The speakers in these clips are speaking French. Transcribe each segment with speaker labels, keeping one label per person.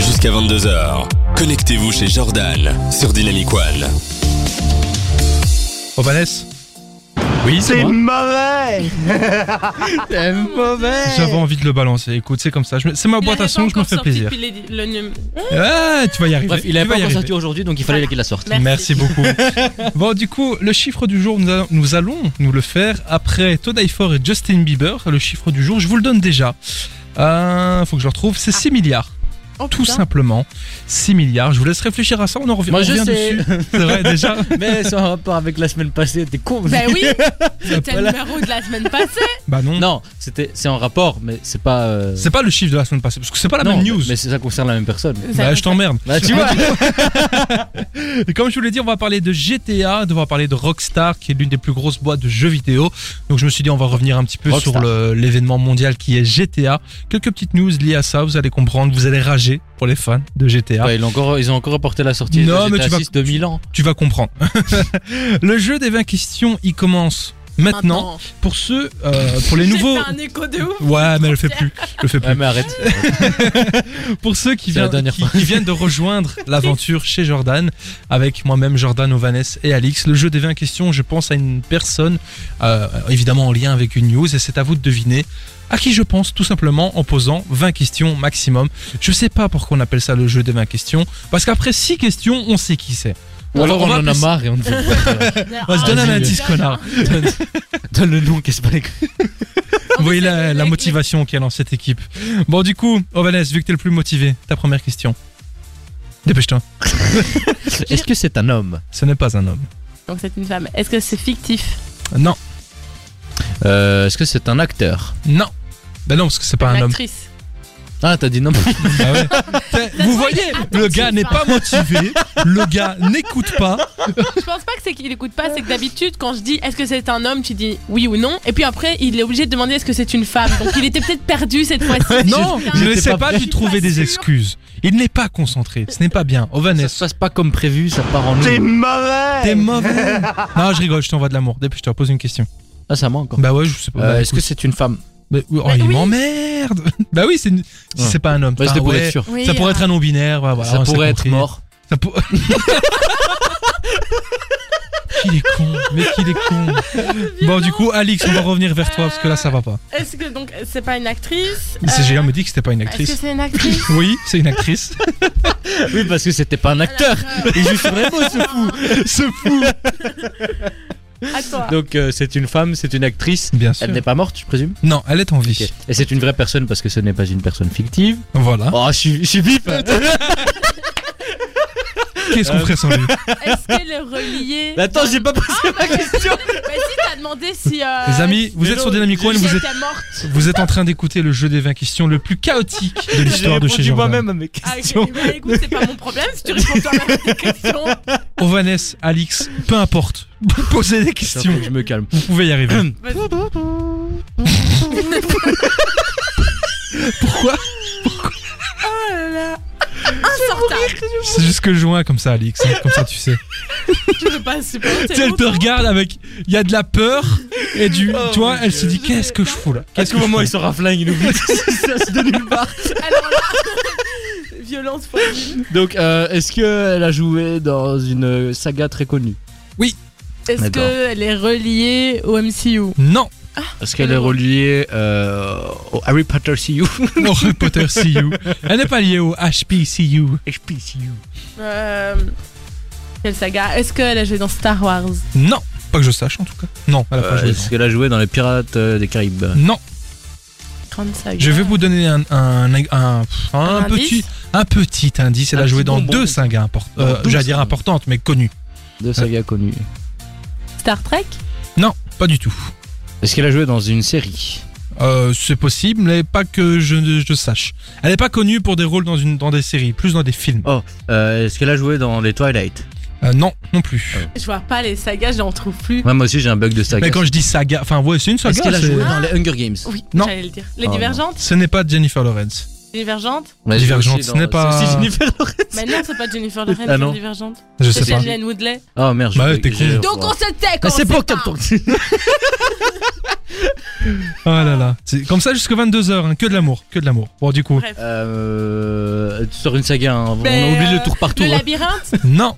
Speaker 1: jusqu'à 22h. Connectez-vous chez Jordan sur Dynamic One.
Speaker 2: Oh, Vanessa Oui, c'est
Speaker 3: Hein
Speaker 2: moi.
Speaker 4: mauvais C'est mauvais
Speaker 2: J'avais envie de le balancer. Écoute, c'est comme ça. Je me- C'est ma boîte à son, Oh, je me fais plaisir. Ah, tu vas y arriver.
Speaker 3: Bref, il
Speaker 2: tu
Speaker 3: avait
Speaker 2: vas y
Speaker 3: pas encore
Speaker 2: arriver.
Speaker 3: sorti aujourd'hui, donc il fallait qu'il la sorte.
Speaker 2: Merci
Speaker 5: Oh,
Speaker 2: beaucoup. bon, du coup, le chiffre du jour, nous allons, nous allons nous le faire après Todd Ford et Justin Bieber. Le chiffre du jour, je vous le donne déjà. Euh, faut que je le retrouve. C'est 6 milliards. Tout simplement. 6 milliards. Je vous laisse réfléchir à ça. On en revient,
Speaker 3: Moi,
Speaker 2: on
Speaker 3: je
Speaker 2: revient
Speaker 3: sais.
Speaker 2: dessus. C'est vrai, déjà.
Speaker 3: Mais c'est en rapport avec la semaine passée, t'es con. mais-
Speaker 5: Ben oui, c'était le numéro de la semaine passée.
Speaker 2: Bah non.
Speaker 3: Non, c'était, c'est en rapport, mais c'est pas. euh,
Speaker 2: C'est pas le chiffre de la semaine passée. Parce que c'est pas la
Speaker 3: non,
Speaker 2: même news.
Speaker 3: Mais c'est- ça concerne la même personne.
Speaker 2: Bah, je t'emmerde.
Speaker 3: Bah, tu vois.
Speaker 2: Et comme je vous l'ai dit, on va parler de GTA, on va parler de Rockstar, qui est l'une des plus grosses boîtes de jeux vidéo. Donc je me suis dit, on va revenir un petit peu
Speaker 3: Rockstar.
Speaker 2: sur le- l'événement mondial qui est GTA. Quelques petites news liées à ça, vous allez comprendre, vous allez rager pour les fans de GTA.
Speaker 3: Ouais, ils, ont encore, ils ont encore reporté la sortie
Speaker 2: Non,
Speaker 3: de
Speaker 2: mais
Speaker 3: GTA
Speaker 2: tu vas-
Speaker 3: 6 de Milan.
Speaker 2: Tu vas comprendre. le jeu des 20 questions, il commence maintenant. Pour ceux, euh, pour les
Speaker 5: J'ai
Speaker 2: nouveaux...
Speaker 5: fait un écho de ouf.
Speaker 2: Ouais, mais le fais plus. Le fais plus.
Speaker 3: Ouais, mais arrête.
Speaker 2: Pour ceux qui,
Speaker 3: C'est la
Speaker 2: viennent-
Speaker 3: dernière
Speaker 2: qui-
Speaker 3: fois.
Speaker 2: qui viennent de rejoindre l'aventure chez Jordan, avec moi-même Jordan, Ovanes et Alix, le jeu des 20 questions, je pense à une personne, euh, évidemment en lien avec une news, et c'est à vous de deviner à qui je pense tout simplement en posant 20 questions maximum. Je sais pas pourquoi on appelle ça le jeu des 20 questions, parce qu'après 6 questions, on sait qui c'est.
Speaker 3: Ou alors
Speaker 2: Alors,
Speaker 3: on,
Speaker 2: on va
Speaker 3: en a
Speaker 2: plus-
Speaker 3: marre et on dit.
Speaker 2: Vas-y, donne un
Speaker 5: Ah,
Speaker 3: vas-y,
Speaker 2: indice, connard.
Speaker 3: Donne le nom, qu'est-ce pas les
Speaker 2: Vous voyez
Speaker 5: c'est
Speaker 2: la,
Speaker 5: le
Speaker 2: la
Speaker 5: mec-
Speaker 2: motivation qu'il y a dans cette équipe. Bon, du coup, Ovanes, vu que t'es le plus motivé, ta première question. Dépêche-toi,
Speaker 3: Est-ce que c'est un homme
Speaker 2: ce n'est pas un homme.
Speaker 5: Donc c'est une femme. Est-ce que c'est fictif
Speaker 2: Non,
Speaker 3: Euh, Est-ce que c'est un acteur
Speaker 2: non. Ben non, parce que c'est pas un
Speaker 5: Une
Speaker 2: homme.
Speaker 5: actrice.
Speaker 3: Ah, t'as dit non.
Speaker 2: Ah ouais. T'sais, Vous
Speaker 5: se voit,
Speaker 2: voyez,
Speaker 5: il est
Speaker 2: le
Speaker 5: attentif,
Speaker 2: gars n'est
Speaker 5: hein.
Speaker 2: pas motivé, le gars n'écoute pas.
Speaker 5: Je pense pas que c'est qu'il écoute pas, c'est que d'habitude quand je dis est-ce que c'est un homme, tu dis oui ou non, et puis après il est obligé de demander est-ce que c'est une femme. Donc il était peut-être perdu cette fois-ci.
Speaker 2: Non,
Speaker 5: Putain.
Speaker 2: je ne
Speaker 3: j'étais
Speaker 2: sais
Speaker 3: pas
Speaker 2: pas
Speaker 3: prêt.
Speaker 2: lui trouver des
Speaker 5: Pas sûr.
Speaker 2: excuses. Il n'est pas concentré, ce n'est pas bien. Ovanes,
Speaker 3: Ça se passe pas comme prévu, ça part en
Speaker 4: C'est
Speaker 3: nous.
Speaker 4: mauvais
Speaker 2: t'es mauvais. Non, je rigole, je t'envoie de l'amour. Dépêche, je te pose une question.
Speaker 3: Ah, ça manque encore.
Speaker 2: Bah ouais, je sais pas.
Speaker 3: Euh,
Speaker 2: Bah,
Speaker 3: Est-ce que
Speaker 2: écoute.
Speaker 3: c'est une femme
Speaker 2: Mais- oh,
Speaker 5: Mais
Speaker 2: il
Speaker 5: Bah oui.
Speaker 2: m'emmerde. Bah oui, c'est une- si
Speaker 3: Ouais.
Speaker 2: c'est pas un homme.
Speaker 3: Bah,
Speaker 2: Ah
Speaker 3: C'était pour
Speaker 2: ouais,
Speaker 3: être sûr.
Speaker 5: Oui,
Speaker 2: Ça pourrait être un non binaire. ouais, voilà,
Speaker 3: ça
Speaker 2: on s'est
Speaker 3: pourrait être
Speaker 2: compris.
Speaker 3: mort.
Speaker 2: Ça pour- qu'il est con, mais qu'il est con. Bon, du coup, Alix, on va revenir vers toi parce que là, ça va pas.
Speaker 5: euh, Est-ce que donc c'est pas une actrice
Speaker 2: C'est
Speaker 5: Euh,
Speaker 2: J'ai jamais dit que c'était pas une
Speaker 5: Est-ce que
Speaker 2: actrice.
Speaker 5: c'est une actrice
Speaker 2: Oui, c'est une actrice.
Speaker 3: Oui, parce que c'était pas un acteur. Il joue sur les mots, ce fou. Ce fou.
Speaker 5: À toi.
Speaker 3: Donc, euh, c'est une femme, c'est une actrice.
Speaker 2: Bien sûr.
Speaker 3: Elle n'est pas morte, je présume.
Speaker 2: Non, elle est en vie.
Speaker 3: Ok. Et c'est une vraie personne parce que ce n'est pas une personne fictive.
Speaker 2: Voilà.
Speaker 3: Oh, je suis- je suis bip.
Speaker 2: Qu'est-ce qu'on ferait sans
Speaker 3: Euh,
Speaker 2: lui
Speaker 5: Est-ce qu'elle est reliée
Speaker 3: Ah, Mais Attends, j'ai pas posé ma
Speaker 5: Mais si
Speaker 3: question.
Speaker 5: t'as demandé si. euh,
Speaker 2: Les amis, vous
Speaker 3: mais
Speaker 2: êtes sur
Speaker 3: non,
Speaker 2: Dynamic One,
Speaker 5: si
Speaker 2: vous
Speaker 5: elle
Speaker 2: êtes,
Speaker 5: était morte.
Speaker 2: vous êtes en train d'écouter le jeu des 20 questions le plus chaotique de l'histoire de chez
Speaker 3: J'ai répondu
Speaker 2: Jordan.
Speaker 3: moi-même à mes
Speaker 5: Ah,
Speaker 3: questions.
Speaker 5: ok, bah, écoute, c'est pas mon problème si tu réponds toi-même à tes questions.
Speaker 2: Ovanes, Alix, peu importe. Posez des
Speaker 3: Attends, faut
Speaker 2: questions.
Speaker 3: que je me calme.
Speaker 2: Vous pouvez y arriver. Pourquoi
Speaker 5: Oh Insortable.
Speaker 2: C'est juste que je joins comme ça, Alix. hein, Comme ça, tu sais.
Speaker 5: Je peux pas supporter.
Speaker 2: Tu sais, elle te
Speaker 5: longtemps.
Speaker 2: regarde avec. Il y a de la peur et du.
Speaker 3: Oh
Speaker 2: tu vois,
Speaker 3: mon
Speaker 2: elle se
Speaker 3: Dieu.
Speaker 2: dit qu'est-ce que je fous là
Speaker 3: Est-ce
Speaker 2: Qu'est-ce
Speaker 3: que
Speaker 2: que je
Speaker 3: moment
Speaker 2: fous
Speaker 3: il sort un flingue, il oublie ça se donne une barre.
Speaker 5: Alors là, violence folle.
Speaker 3: Donc, euh, est-ce qu'elle a joué dans une euh, saga très connue
Speaker 5: Est-ce
Speaker 3: D'accord.
Speaker 5: qu'elle est reliée au MCU
Speaker 2: Non
Speaker 3: Est-ce qu'elle est reliée euh, au Harry Potter CU
Speaker 2: Harry Potter CU. Elle n'est pas liée au HPCU.
Speaker 3: HPCU.
Speaker 5: euh, Quelle saga Est-ce qu'elle a joué dans Star Wars
Speaker 2: Non Pas que je sache en tout cas. Non, elle a pas
Speaker 3: Euh,
Speaker 2: joué.
Speaker 3: Est-ce qu'elle a joué dans les Pirates euh, des Caraïbes
Speaker 2: Non,
Speaker 5: Grande saga.
Speaker 2: je vais vous donner un, un, un, un
Speaker 5: Un
Speaker 2: petit,
Speaker 5: indice
Speaker 2: un petit indice. Elle
Speaker 3: Un
Speaker 2: a joué
Speaker 3: petit
Speaker 2: dans
Speaker 3: bonbon.
Speaker 2: deux sagas importantes.
Speaker 3: Dans deux
Speaker 2: J'allais dire
Speaker 3: sagas.
Speaker 2: importantes, mais connues.
Speaker 3: Deux sagas connues.
Speaker 5: Star Trek
Speaker 2: Non, pas du tout.
Speaker 3: Est-ce qu'elle a joué dans une série
Speaker 2: Euh, C'est possible, mais pas que je ne je sache. Elle n'est pas connue pour des rôles dans, une, dans des séries, plus dans des films.
Speaker 3: Oh, euh, est-ce qu'elle a joué dans les Twilight
Speaker 2: Euh, non, non plus.
Speaker 5: Je vois pas les sagas, je n'en trouve plus.
Speaker 3: Ouais, Moi aussi j'ai un bug de saga.
Speaker 2: mais quand je dis saga, enfin ouais, c'est une saga.
Speaker 3: Est-ce qu'elle a
Speaker 2: c'est-
Speaker 3: joué dans les Hunger Games
Speaker 5: Oui,
Speaker 2: Non.
Speaker 5: j'allais le dire. Les
Speaker 3: Ah, non.
Speaker 5: Divergentes
Speaker 2: Ce n'est pas Jennifer Lawrence.
Speaker 5: Divergente
Speaker 3: Mais
Speaker 2: Divergente,
Speaker 3: c'est
Speaker 2: Bah, ce n'est pas-
Speaker 3: c'est aussi Jennifer Lawrence.
Speaker 5: Mais non, c'est pas Jennifer Lawrence,
Speaker 3: Ah
Speaker 5: c'est
Speaker 3: non.
Speaker 5: Divergente.
Speaker 2: Je
Speaker 5: C'est
Speaker 2: sais pas.
Speaker 5: Jane Woodley.
Speaker 3: Oh merde,
Speaker 2: Bah ouais,
Speaker 3: je
Speaker 2: t'es con.
Speaker 3: j'ai-
Speaker 5: Donc on se tait
Speaker 3: Mais
Speaker 5: quand
Speaker 3: c'est
Speaker 5: on
Speaker 3: pas
Speaker 5: sait
Speaker 3: Cap
Speaker 5: pas.
Speaker 2: Oh là là. C'est comme ça jusqu'à 22h, hein, que de l'amour, que de l'amour. Bon, du coup,
Speaker 5: Bref.
Speaker 3: Euh. Tu sors une saga, hein. on
Speaker 5: Mais,
Speaker 3: a oublié
Speaker 5: euh,
Speaker 3: le tour par tour.
Speaker 5: Le
Speaker 3: hein.
Speaker 5: labyrinthe
Speaker 2: non.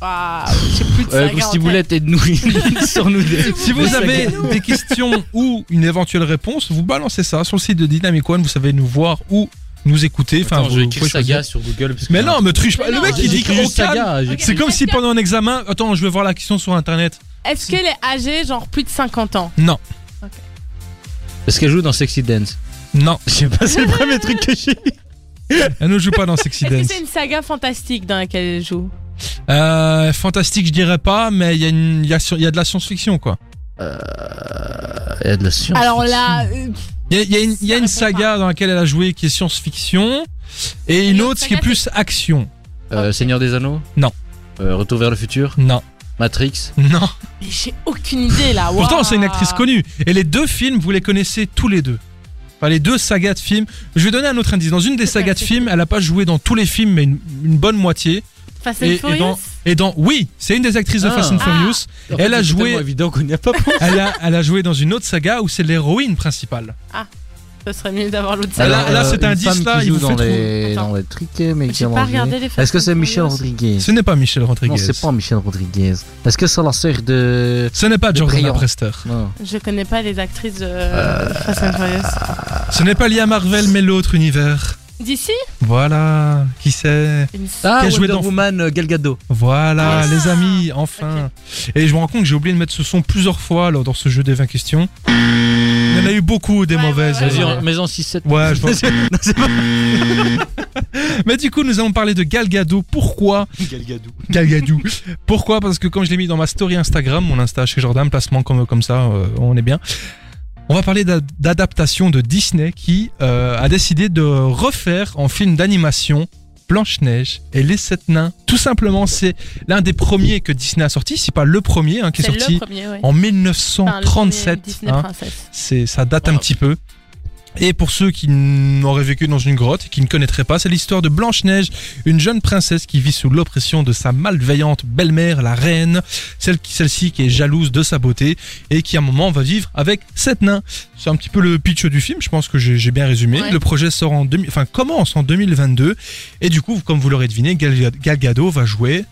Speaker 5: Ah, j'ai plus de
Speaker 3: Euh,
Speaker 5: saga en
Speaker 3: Christy
Speaker 5: tête.
Speaker 3: Boulette, aide-nous. Sors-nous des.
Speaker 2: Si vous avez des questions ou une éventuelle réponse, vous balancez ça sur le site de Dynamic One. Vous savez nous voir ou nous écouter. Enfin,
Speaker 3: Attends,
Speaker 2: vous,
Speaker 3: je vais
Speaker 2: vous
Speaker 3: écrire
Speaker 2: pouvez
Speaker 3: saga
Speaker 2: choisir.
Speaker 3: sur Google. parce que- Ah,
Speaker 2: Mais non, me triche pas.
Speaker 5: Mais
Speaker 2: Le
Speaker 5: non,
Speaker 2: mec,
Speaker 5: j'ai
Speaker 2: il dit
Speaker 3: écrit
Speaker 2: qu'on
Speaker 3: juste saga, j'ai-
Speaker 2: C'est comme si
Speaker 5: Question.
Speaker 2: pendant un examen. Attends, je vais voir la question sur internet.
Speaker 5: Est-ce qu'elle est âgée, genre plus de 50 ans
Speaker 2: Non,
Speaker 3: Parce qu'elle joue dans Sexy Dance.
Speaker 2: non.
Speaker 3: Je sais pas, c'est le premier truc que j'ai.
Speaker 2: Elle ne joue pas dans Sexy
Speaker 5: Est-ce que
Speaker 2: Dance.
Speaker 5: c'est une saga fantastique dans laquelle elle joue
Speaker 2: Euh, fantastique, je dirais pas, mais il y, a une- il y a sur- il y a de la science-fiction, quoi.
Speaker 3: Ah, Il y a de la science.
Speaker 5: Alors là, euh,
Speaker 2: Il y a, il y a une, il y a
Speaker 5: Ça
Speaker 2: une
Speaker 5: répond
Speaker 2: saga dans laquelle elle a joué qui est science-fiction et
Speaker 5: Et
Speaker 2: une
Speaker 5: l'autre
Speaker 2: autre qui est
Speaker 5: saga,
Speaker 2: plus action.
Speaker 3: Euh, Seigneur des Anneaux
Speaker 2: Non.
Speaker 3: Euh, Retour vers le futur
Speaker 2: Non,
Speaker 3: Matrix
Speaker 2: non.
Speaker 5: mais j'ai aucune idée là.
Speaker 2: Pourtant,
Speaker 5: waouh.
Speaker 2: c'est une actrice connue. Et les deux films, vous les connaissez tous les deux. Enfin, les deux sagas de films. Je vais donner un autre indice. Dans une des sagas de films, elle a pas joué dans tous les films, mais une, une bonne moitié.
Speaker 5: Fast
Speaker 2: Et-
Speaker 5: and
Speaker 2: et
Speaker 5: Furious
Speaker 2: dans- Et dans, oui, c'est une des actrices de
Speaker 3: Ah.
Speaker 2: Fast and
Speaker 5: Ah.
Speaker 2: Furious.
Speaker 3: En
Speaker 2: Elle a
Speaker 3: c'est
Speaker 2: joué-
Speaker 3: tellement évident qu'on n'y a pas pensé.
Speaker 2: Elle a, elle a joué dans une autre saga où c'est l'héroïne principale.
Speaker 5: Ce serait mieux d'avoir l'autre
Speaker 2: Elle
Speaker 5: saga.
Speaker 2: a- là, cet
Speaker 3: euh, une
Speaker 2: indice,
Speaker 3: femme
Speaker 2: là,
Speaker 3: qui
Speaker 2: il
Speaker 3: joue
Speaker 2: vous
Speaker 3: dans
Speaker 2: fait
Speaker 3: les,
Speaker 5: Attends.
Speaker 3: dans les triquets, mais
Speaker 5: J'ai
Speaker 3: comment
Speaker 5: pas
Speaker 3: on dit
Speaker 5: regardé les
Speaker 3: Est-ce que
Speaker 5: Fast
Speaker 3: c'est
Speaker 5: and
Speaker 3: Michel
Speaker 5: Furious.
Speaker 3: Rodriguez
Speaker 2: Ce n'est pas Michel Rodriguez.
Speaker 3: Non, c'est pas Michel Rodriguez. Est-ce que c'est la sœur de.
Speaker 2: Ce n'est pas
Speaker 3: Le
Speaker 2: Jordan
Speaker 3: brillant.
Speaker 2: Prester.
Speaker 3: Non.
Speaker 5: Je connais pas les actrices de
Speaker 2: Euh,
Speaker 5: de Fast and Furious.
Speaker 3: Ah.
Speaker 2: Ce n'est pas Liam Marvel, mais l'autre univers.
Speaker 5: D'ici
Speaker 2: Voilà, qui sait
Speaker 5: Une
Speaker 3: Ah,
Speaker 2: Qui a
Speaker 3: Wonder
Speaker 2: joué dans-
Speaker 3: Woman euh, Gal Gadot.
Speaker 2: Voilà,
Speaker 5: Ah.
Speaker 2: les amis, enfin. Et je me rends compte que j'ai oublié de mettre ce son plusieurs fois là, dans ce jeu des 20 questions. Il y en a eu beaucoup des
Speaker 5: Ouais,
Speaker 2: mauvaises.
Speaker 5: ouais, ouais,
Speaker 3: Vas-y,
Speaker 5: ouais.
Speaker 3: en- mais en 6-7.
Speaker 2: Ouais, je pense.
Speaker 3: Non, c'est pas
Speaker 2: Mais du coup, nous allons parler de Galgado. Pourquoi
Speaker 3: Gal Gadot.
Speaker 2: Galgadou Pourquoi Parce que comme je l'ai mis dans ma story Instagram, mon Insta chez Jordan, placement comme, comme ça, euh, on est bien. On va parler d'a- d'adaptation de Disney qui euh, a décidé de refaire en film d'animation Blanche-Neige et les Sept Nains. Tout simplement, c'est l'un des premiers que Disney a sorti, si pas le premier hein, qui est
Speaker 5: C'est
Speaker 2: sorti
Speaker 5: le premier, ouais.
Speaker 2: en
Speaker 5: Enfin, le premier
Speaker 2: 1937.
Speaker 5: Disney
Speaker 2: hein.
Speaker 5: Princess.
Speaker 2: c'est ça date un
Speaker 3: Wow.
Speaker 2: petit peu. Et pour ceux qui n- auraient vécu dans une grotte et qui ne connaîtraient pas, c'est l'histoire de Blanche-Neige, une jeune princesse qui vit sous l'oppression de sa malveillante belle-mère, la reine, celle qui- celle-ci qui est jalouse de sa beauté et qui à un moment va vivre avec sept nains. C'est un petit peu le pitch du film, je pense que j'ai j'ai bien résumé.
Speaker 5: Ouais.
Speaker 2: Le projet sort en 2000 enfin commence en 2022 et du coup, comme vous l'aurez deviné, Gal, Gal Gadot va jouer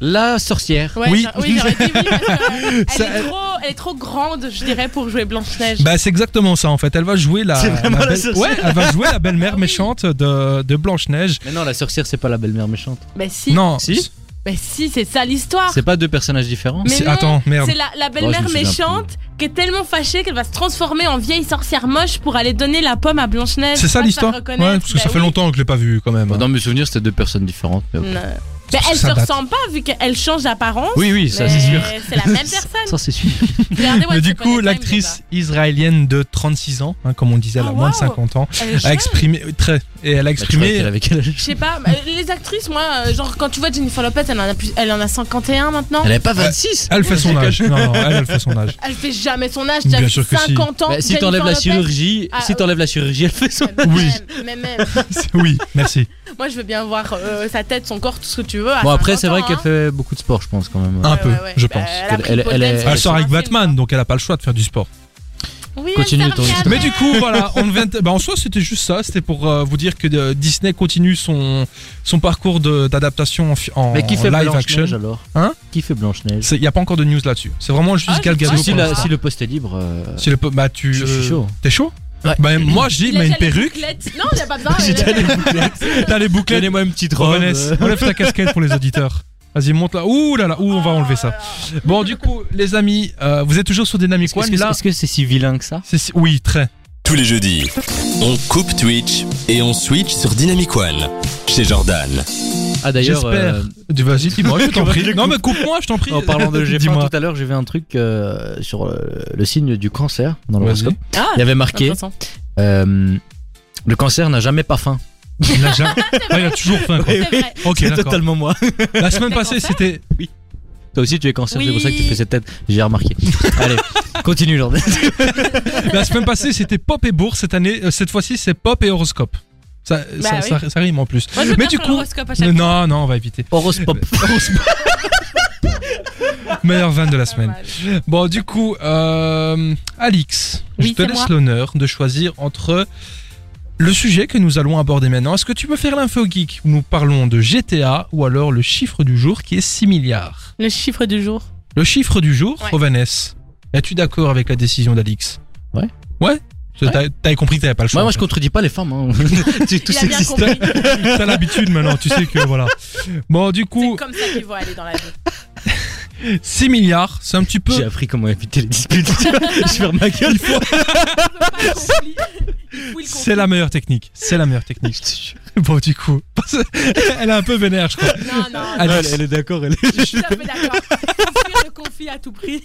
Speaker 3: La sorcière.
Speaker 5: Ouais,
Speaker 2: Oui.
Speaker 5: j'a- j'aurais dit oui, parce que euh, elle,
Speaker 2: Ça-
Speaker 5: est trop, elle est trop grande, je dirais, pour jouer Blanche-Neige.
Speaker 2: Bah c'est exactement ça en fait. Elle va jouer la,
Speaker 3: C'est vraiment la Ah
Speaker 2: belle-
Speaker 3: sorcière.
Speaker 2: ouais, elle va jouer la belle-mère méchante de, de Blanche-Neige.
Speaker 3: Mais non, la sorcière, c'est pas la belle-mère méchante.
Speaker 5: Bah si,
Speaker 2: Non.
Speaker 3: Si.
Speaker 5: bah si, c'est ça l'histoire.
Speaker 3: C'est pas deux personnages différents.
Speaker 5: Mais
Speaker 2: C'est-
Speaker 5: non,
Speaker 2: attends, merde.
Speaker 5: C'est la,
Speaker 3: Oh, je
Speaker 5: la
Speaker 3: me
Speaker 5: belle-mère
Speaker 3: souviens
Speaker 5: méchante qui est tellement fâchée qu'elle va se transformer en vieille sorcière moche pour aller donner la pomme à Blanche-Neige.
Speaker 2: C'est ça
Speaker 5: Pas de
Speaker 2: l'histoire
Speaker 5: faire
Speaker 2: Ouais,
Speaker 5: reconnaître.
Speaker 2: parce que ça
Speaker 5: Bah
Speaker 2: fait
Speaker 5: oui.
Speaker 2: longtemps que je l'ai pas vu quand même.
Speaker 3: Dans mes souvenirs, c'était deux personnes différentes. mais ok.
Speaker 5: Non. Bah,
Speaker 2: que
Speaker 5: elle
Speaker 2: ça
Speaker 5: se
Speaker 2: date.
Speaker 5: ressemble pas vu qu'elle change d'apparence.
Speaker 3: Oui, oui,
Speaker 5: mais
Speaker 3: ça c'est sûr.
Speaker 5: C'est la même personne.
Speaker 3: Ça c'est sûr.
Speaker 5: Regardez,
Speaker 2: Mais
Speaker 5: Once
Speaker 2: du
Speaker 5: Upon a
Speaker 2: coup,
Speaker 5: Time,
Speaker 2: l'actrice israélienne de 36 ans, hein, comme on disait, elle a
Speaker 5: bah. Ah,
Speaker 2: moins de
Speaker 5: waouh.
Speaker 2: 50 ans,
Speaker 5: je sais pas. Elle est
Speaker 2: a
Speaker 5: chouette.
Speaker 2: exprimé très et
Speaker 3: Bah,
Speaker 2: elle a exprimé
Speaker 3: avec elle.
Speaker 5: Je sais pas, mais les actrices, moi, euh, genre quand tu vois Jennifer Lopez, elle en a, plus, elle en a 51 maintenant.
Speaker 3: Elle avait pas 26
Speaker 2: elle fait son âge. Non, non, elle, elle fait son âge.
Speaker 5: Elle fait jamais son âge,
Speaker 2: Bien
Speaker 5: déjà
Speaker 2: sûr que si.
Speaker 5: 50 ans.
Speaker 3: Bah, Si
Speaker 5: Jennifer
Speaker 3: t'enlèves la
Speaker 5: Lopez.
Speaker 3: chirurgie,
Speaker 5: Ah,
Speaker 3: si
Speaker 5: oui.
Speaker 3: t'enlèves la chirurgie, elle fait son.
Speaker 5: Mais
Speaker 2: Oui.
Speaker 5: même, mais même.
Speaker 2: C'est- Oui, merci.
Speaker 5: Moi, je veux bien voir euh, sa tête, son corps, tout ce que tu veux. à
Speaker 3: Bon après
Speaker 5: 50
Speaker 3: c'est vrai
Speaker 5: ans,
Speaker 3: qu'elle
Speaker 5: hein.
Speaker 3: fait beaucoup de sport je pense quand même.
Speaker 2: Un
Speaker 5: Ouais,
Speaker 2: peu,
Speaker 5: ouais, ouais.
Speaker 2: je
Speaker 5: Bah,
Speaker 2: pense.
Speaker 5: Elle, a pris
Speaker 3: Elle-
Speaker 5: le pot
Speaker 3: elle
Speaker 5: de
Speaker 3: est-
Speaker 5: dance,
Speaker 3: elle
Speaker 5: c'est
Speaker 2: Elle sort avec
Speaker 5: un film,
Speaker 2: Batman, donc elle a pas le choix de faire du sport.
Speaker 5: quoi. Oui,
Speaker 3: Continue
Speaker 5: elle
Speaker 3: ton
Speaker 5: sort
Speaker 3: histoire.
Speaker 2: Mais
Speaker 5: bien.
Speaker 2: du coup, voilà, on vient de- bah, en soi, c'était juste ça. C'était pour euh, vous dire que euh, Disney continue son, son parcours de- d'adaptation en, fi- en
Speaker 3: Mais qui fait
Speaker 2: live
Speaker 3: Blanche
Speaker 2: action.
Speaker 3: Neige alors
Speaker 2: Hein
Speaker 3: Qui fait Blanche Neige
Speaker 2: Il n'y a pas encore de news là-dessus. C'est vraiment juste
Speaker 5: Ah,
Speaker 2: Gal
Speaker 5: je-
Speaker 2: Gadot.
Speaker 5: ah,
Speaker 3: si,
Speaker 2: pour
Speaker 3: la-
Speaker 2: l'instant.
Speaker 3: si le poste est libre. euh,
Speaker 2: Si le peu- bah, tu,
Speaker 3: Je suis
Speaker 2: euh,
Speaker 3: chaud.
Speaker 2: T'es chaud
Speaker 3: Ouais.
Speaker 2: Bah, moi, j'ai
Speaker 5: Il a
Speaker 2: bah, une
Speaker 5: déjà les
Speaker 2: perruque.
Speaker 5: bouclettes. Non, il a pas besoin.
Speaker 3: J'ai
Speaker 5: il a
Speaker 3: déjà
Speaker 5: déjà-
Speaker 3: les bouclettes.
Speaker 2: T'as les bouclettes.
Speaker 3: Donnez-moi une petite robe.
Speaker 2: Revenez,
Speaker 3: euh.
Speaker 2: enlève ta casquette pour les auditeurs. Vas-y, monte là. Ouh là là, ouh, on va enlever ça. Bon, du coup, les amis, euh, vous êtes toujours sur Dynamic
Speaker 3: Est-ce
Speaker 2: One.
Speaker 3: que-
Speaker 2: Là,
Speaker 3: est-ce que c'est si vilain que ça
Speaker 2: c'est- oui, très.
Speaker 1: Tous les jeudis, on coupe Twitch et on switch sur Dynamic One chez Jordan.
Speaker 3: Ah d'ailleurs,
Speaker 2: J'espère.
Speaker 3: euh,
Speaker 2: Du- Vas-y, dis-moi, je t'en prie. Non, mais coupe-moi, je t'en prie.
Speaker 3: en parlant de
Speaker 2: dis-moi.
Speaker 3: G1 tout à l'heure, j'ai vu un truc euh, sur euh, le signe du cancer dans l'horoscope.
Speaker 2: Vas-y.
Speaker 5: Ah,
Speaker 3: Il y avait marqué
Speaker 5: intéressant.
Speaker 3: euh, le cancer n'a jamais pas faim.
Speaker 2: Il a jamais- Ah, il a toujours faim. quoi.
Speaker 5: C'est vrai.
Speaker 2: Ok,
Speaker 3: C'est
Speaker 2: d'accord.
Speaker 3: totalement moi.
Speaker 2: La semaine
Speaker 5: T'as
Speaker 2: passée,
Speaker 5: cancer
Speaker 2: c'était.
Speaker 3: Toi aussi tu es cancer, c'est pour ça que tu
Speaker 5: Oui.
Speaker 3: fais cette tête. J'ai remarqué. Allez, continue Jordan.
Speaker 2: La semaine passée, c'était pop et bourse. Cette année, euh, cette fois-ci, c'est pop et horoscope. Ça, ça,
Speaker 5: Bah oui.
Speaker 2: ça- ça rime en plus.
Speaker 5: Moi, je veux
Speaker 2: Mais
Speaker 5: bien
Speaker 2: du
Speaker 5: faire
Speaker 2: coup,
Speaker 5: l'horoscope à chaque fois.
Speaker 2: non, non, on va éviter.
Speaker 3: Horospop.
Speaker 2: Meilleure vanne de la
Speaker 5: Pas
Speaker 2: semaine.
Speaker 5: mal.
Speaker 2: Bon, du coup, euh, Alix,
Speaker 5: Oui,
Speaker 2: je te
Speaker 5: c'est
Speaker 2: laisse
Speaker 5: moi.
Speaker 2: l'honneur de choisir entre le sujet que nous allons aborder maintenant. Est-ce que tu peux faire l'info geek où nous parlons de GTA ou alors le chiffre du jour qui est 6 milliards
Speaker 5: Le chiffre du jour.
Speaker 2: Le chiffre du jour,
Speaker 5: Ouais.
Speaker 2: Rovanès, es-tu d'accord avec la décision d'Alix
Speaker 3: Ouais.
Speaker 2: Ouais T'as- T'avais compris que t'avais pas le choix.
Speaker 3: Moi,
Speaker 2: en
Speaker 3: moi,
Speaker 2: fait.
Speaker 3: je contredis pas les femmes. Hein. C'est tout
Speaker 5: Il a bien
Speaker 3: sexiste.
Speaker 5: compris.
Speaker 2: T'as l'habitude maintenant, tu sais que voilà. Bon, du coup,
Speaker 5: C'est comme ça qu'il vont aller dans la vie.
Speaker 2: 6 milliards, c'est un petit peu.
Speaker 3: J'ai appris comment éviter les disputes. tu vois. je ferme ma gueule.
Speaker 2: C'est la meilleure technique. C'est la meilleure technique.
Speaker 3: Je te jure.
Speaker 2: Bon, du coup, elle est un peu vénère, je crois.
Speaker 5: Non, non,
Speaker 2: Alex.
Speaker 3: elle, elle est d'accord. Elle est...
Speaker 5: je suis tout à fait d'accord. Faut fuir le conflit à tout prix.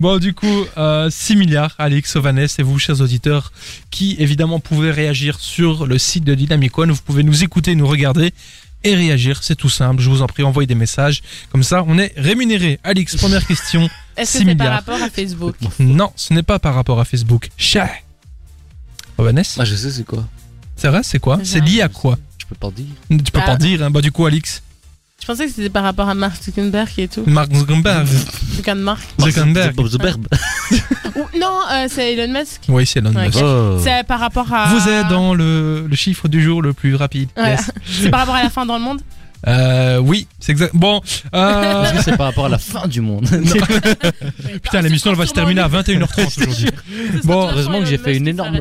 Speaker 2: Bon, du coup, euh, 6 milliards, Alex, Ovanès et vous, chers auditeurs, qui évidemment pouvez réagir sur le site de Dynamic One. Vous pouvez nous écouter, nous regarder et réagir. C'est tout simple. Je vous en prie, envoyez des messages. Comme ça, on est rémunéré. Alix, première question. Six
Speaker 5: Est-ce que c'est par
Speaker 2: milliards.
Speaker 5: rapport à Facebook
Speaker 2: Non, ce n'est pas par rapport à Facebook. Chat. Ovanès
Speaker 3: Ah, je sais, c'est quoi
Speaker 2: C'est vrai, c'est quoi C'est
Speaker 5: J'ai
Speaker 2: lié à quoi
Speaker 3: Je peux pas dire.
Speaker 2: Tu peux
Speaker 5: Ah.
Speaker 2: pas dire. hein. Bah, du coup, Alix,
Speaker 5: Je pensais que c'était par rapport à Mark Zuckerberg et tout.
Speaker 2: Mark Zuckerberg.
Speaker 5: Le cas de Mark.
Speaker 3: Ah,
Speaker 2: Zuckerberg.
Speaker 3: Bob Zuckerberg.
Speaker 5: Ou- non, euh, c'est Elon Musk.
Speaker 2: Oui, c'est Elon
Speaker 5: Ouais.
Speaker 2: Musk.
Speaker 3: Oh.
Speaker 5: C'est par rapport à.
Speaker 2: Vous êtes dans le, le chiffre du jour le plus rapide.
Speaker 5: Voilà.
Speaker 2: Yes.
Speaker 5: C'est par rapport à la fin dans le monde
Speaker 2: Euh, oui, c'est exact. Bon, euh,
Speaker 3: Parce que c'est par rapport à la fin du monde.
Speaker 5: Ah,
Speaker 2: putain, l'émission elle va se terminer à 21h30 aujourd'hui. Bon,
Speaker 3: heureusement que j'ai fait une énorme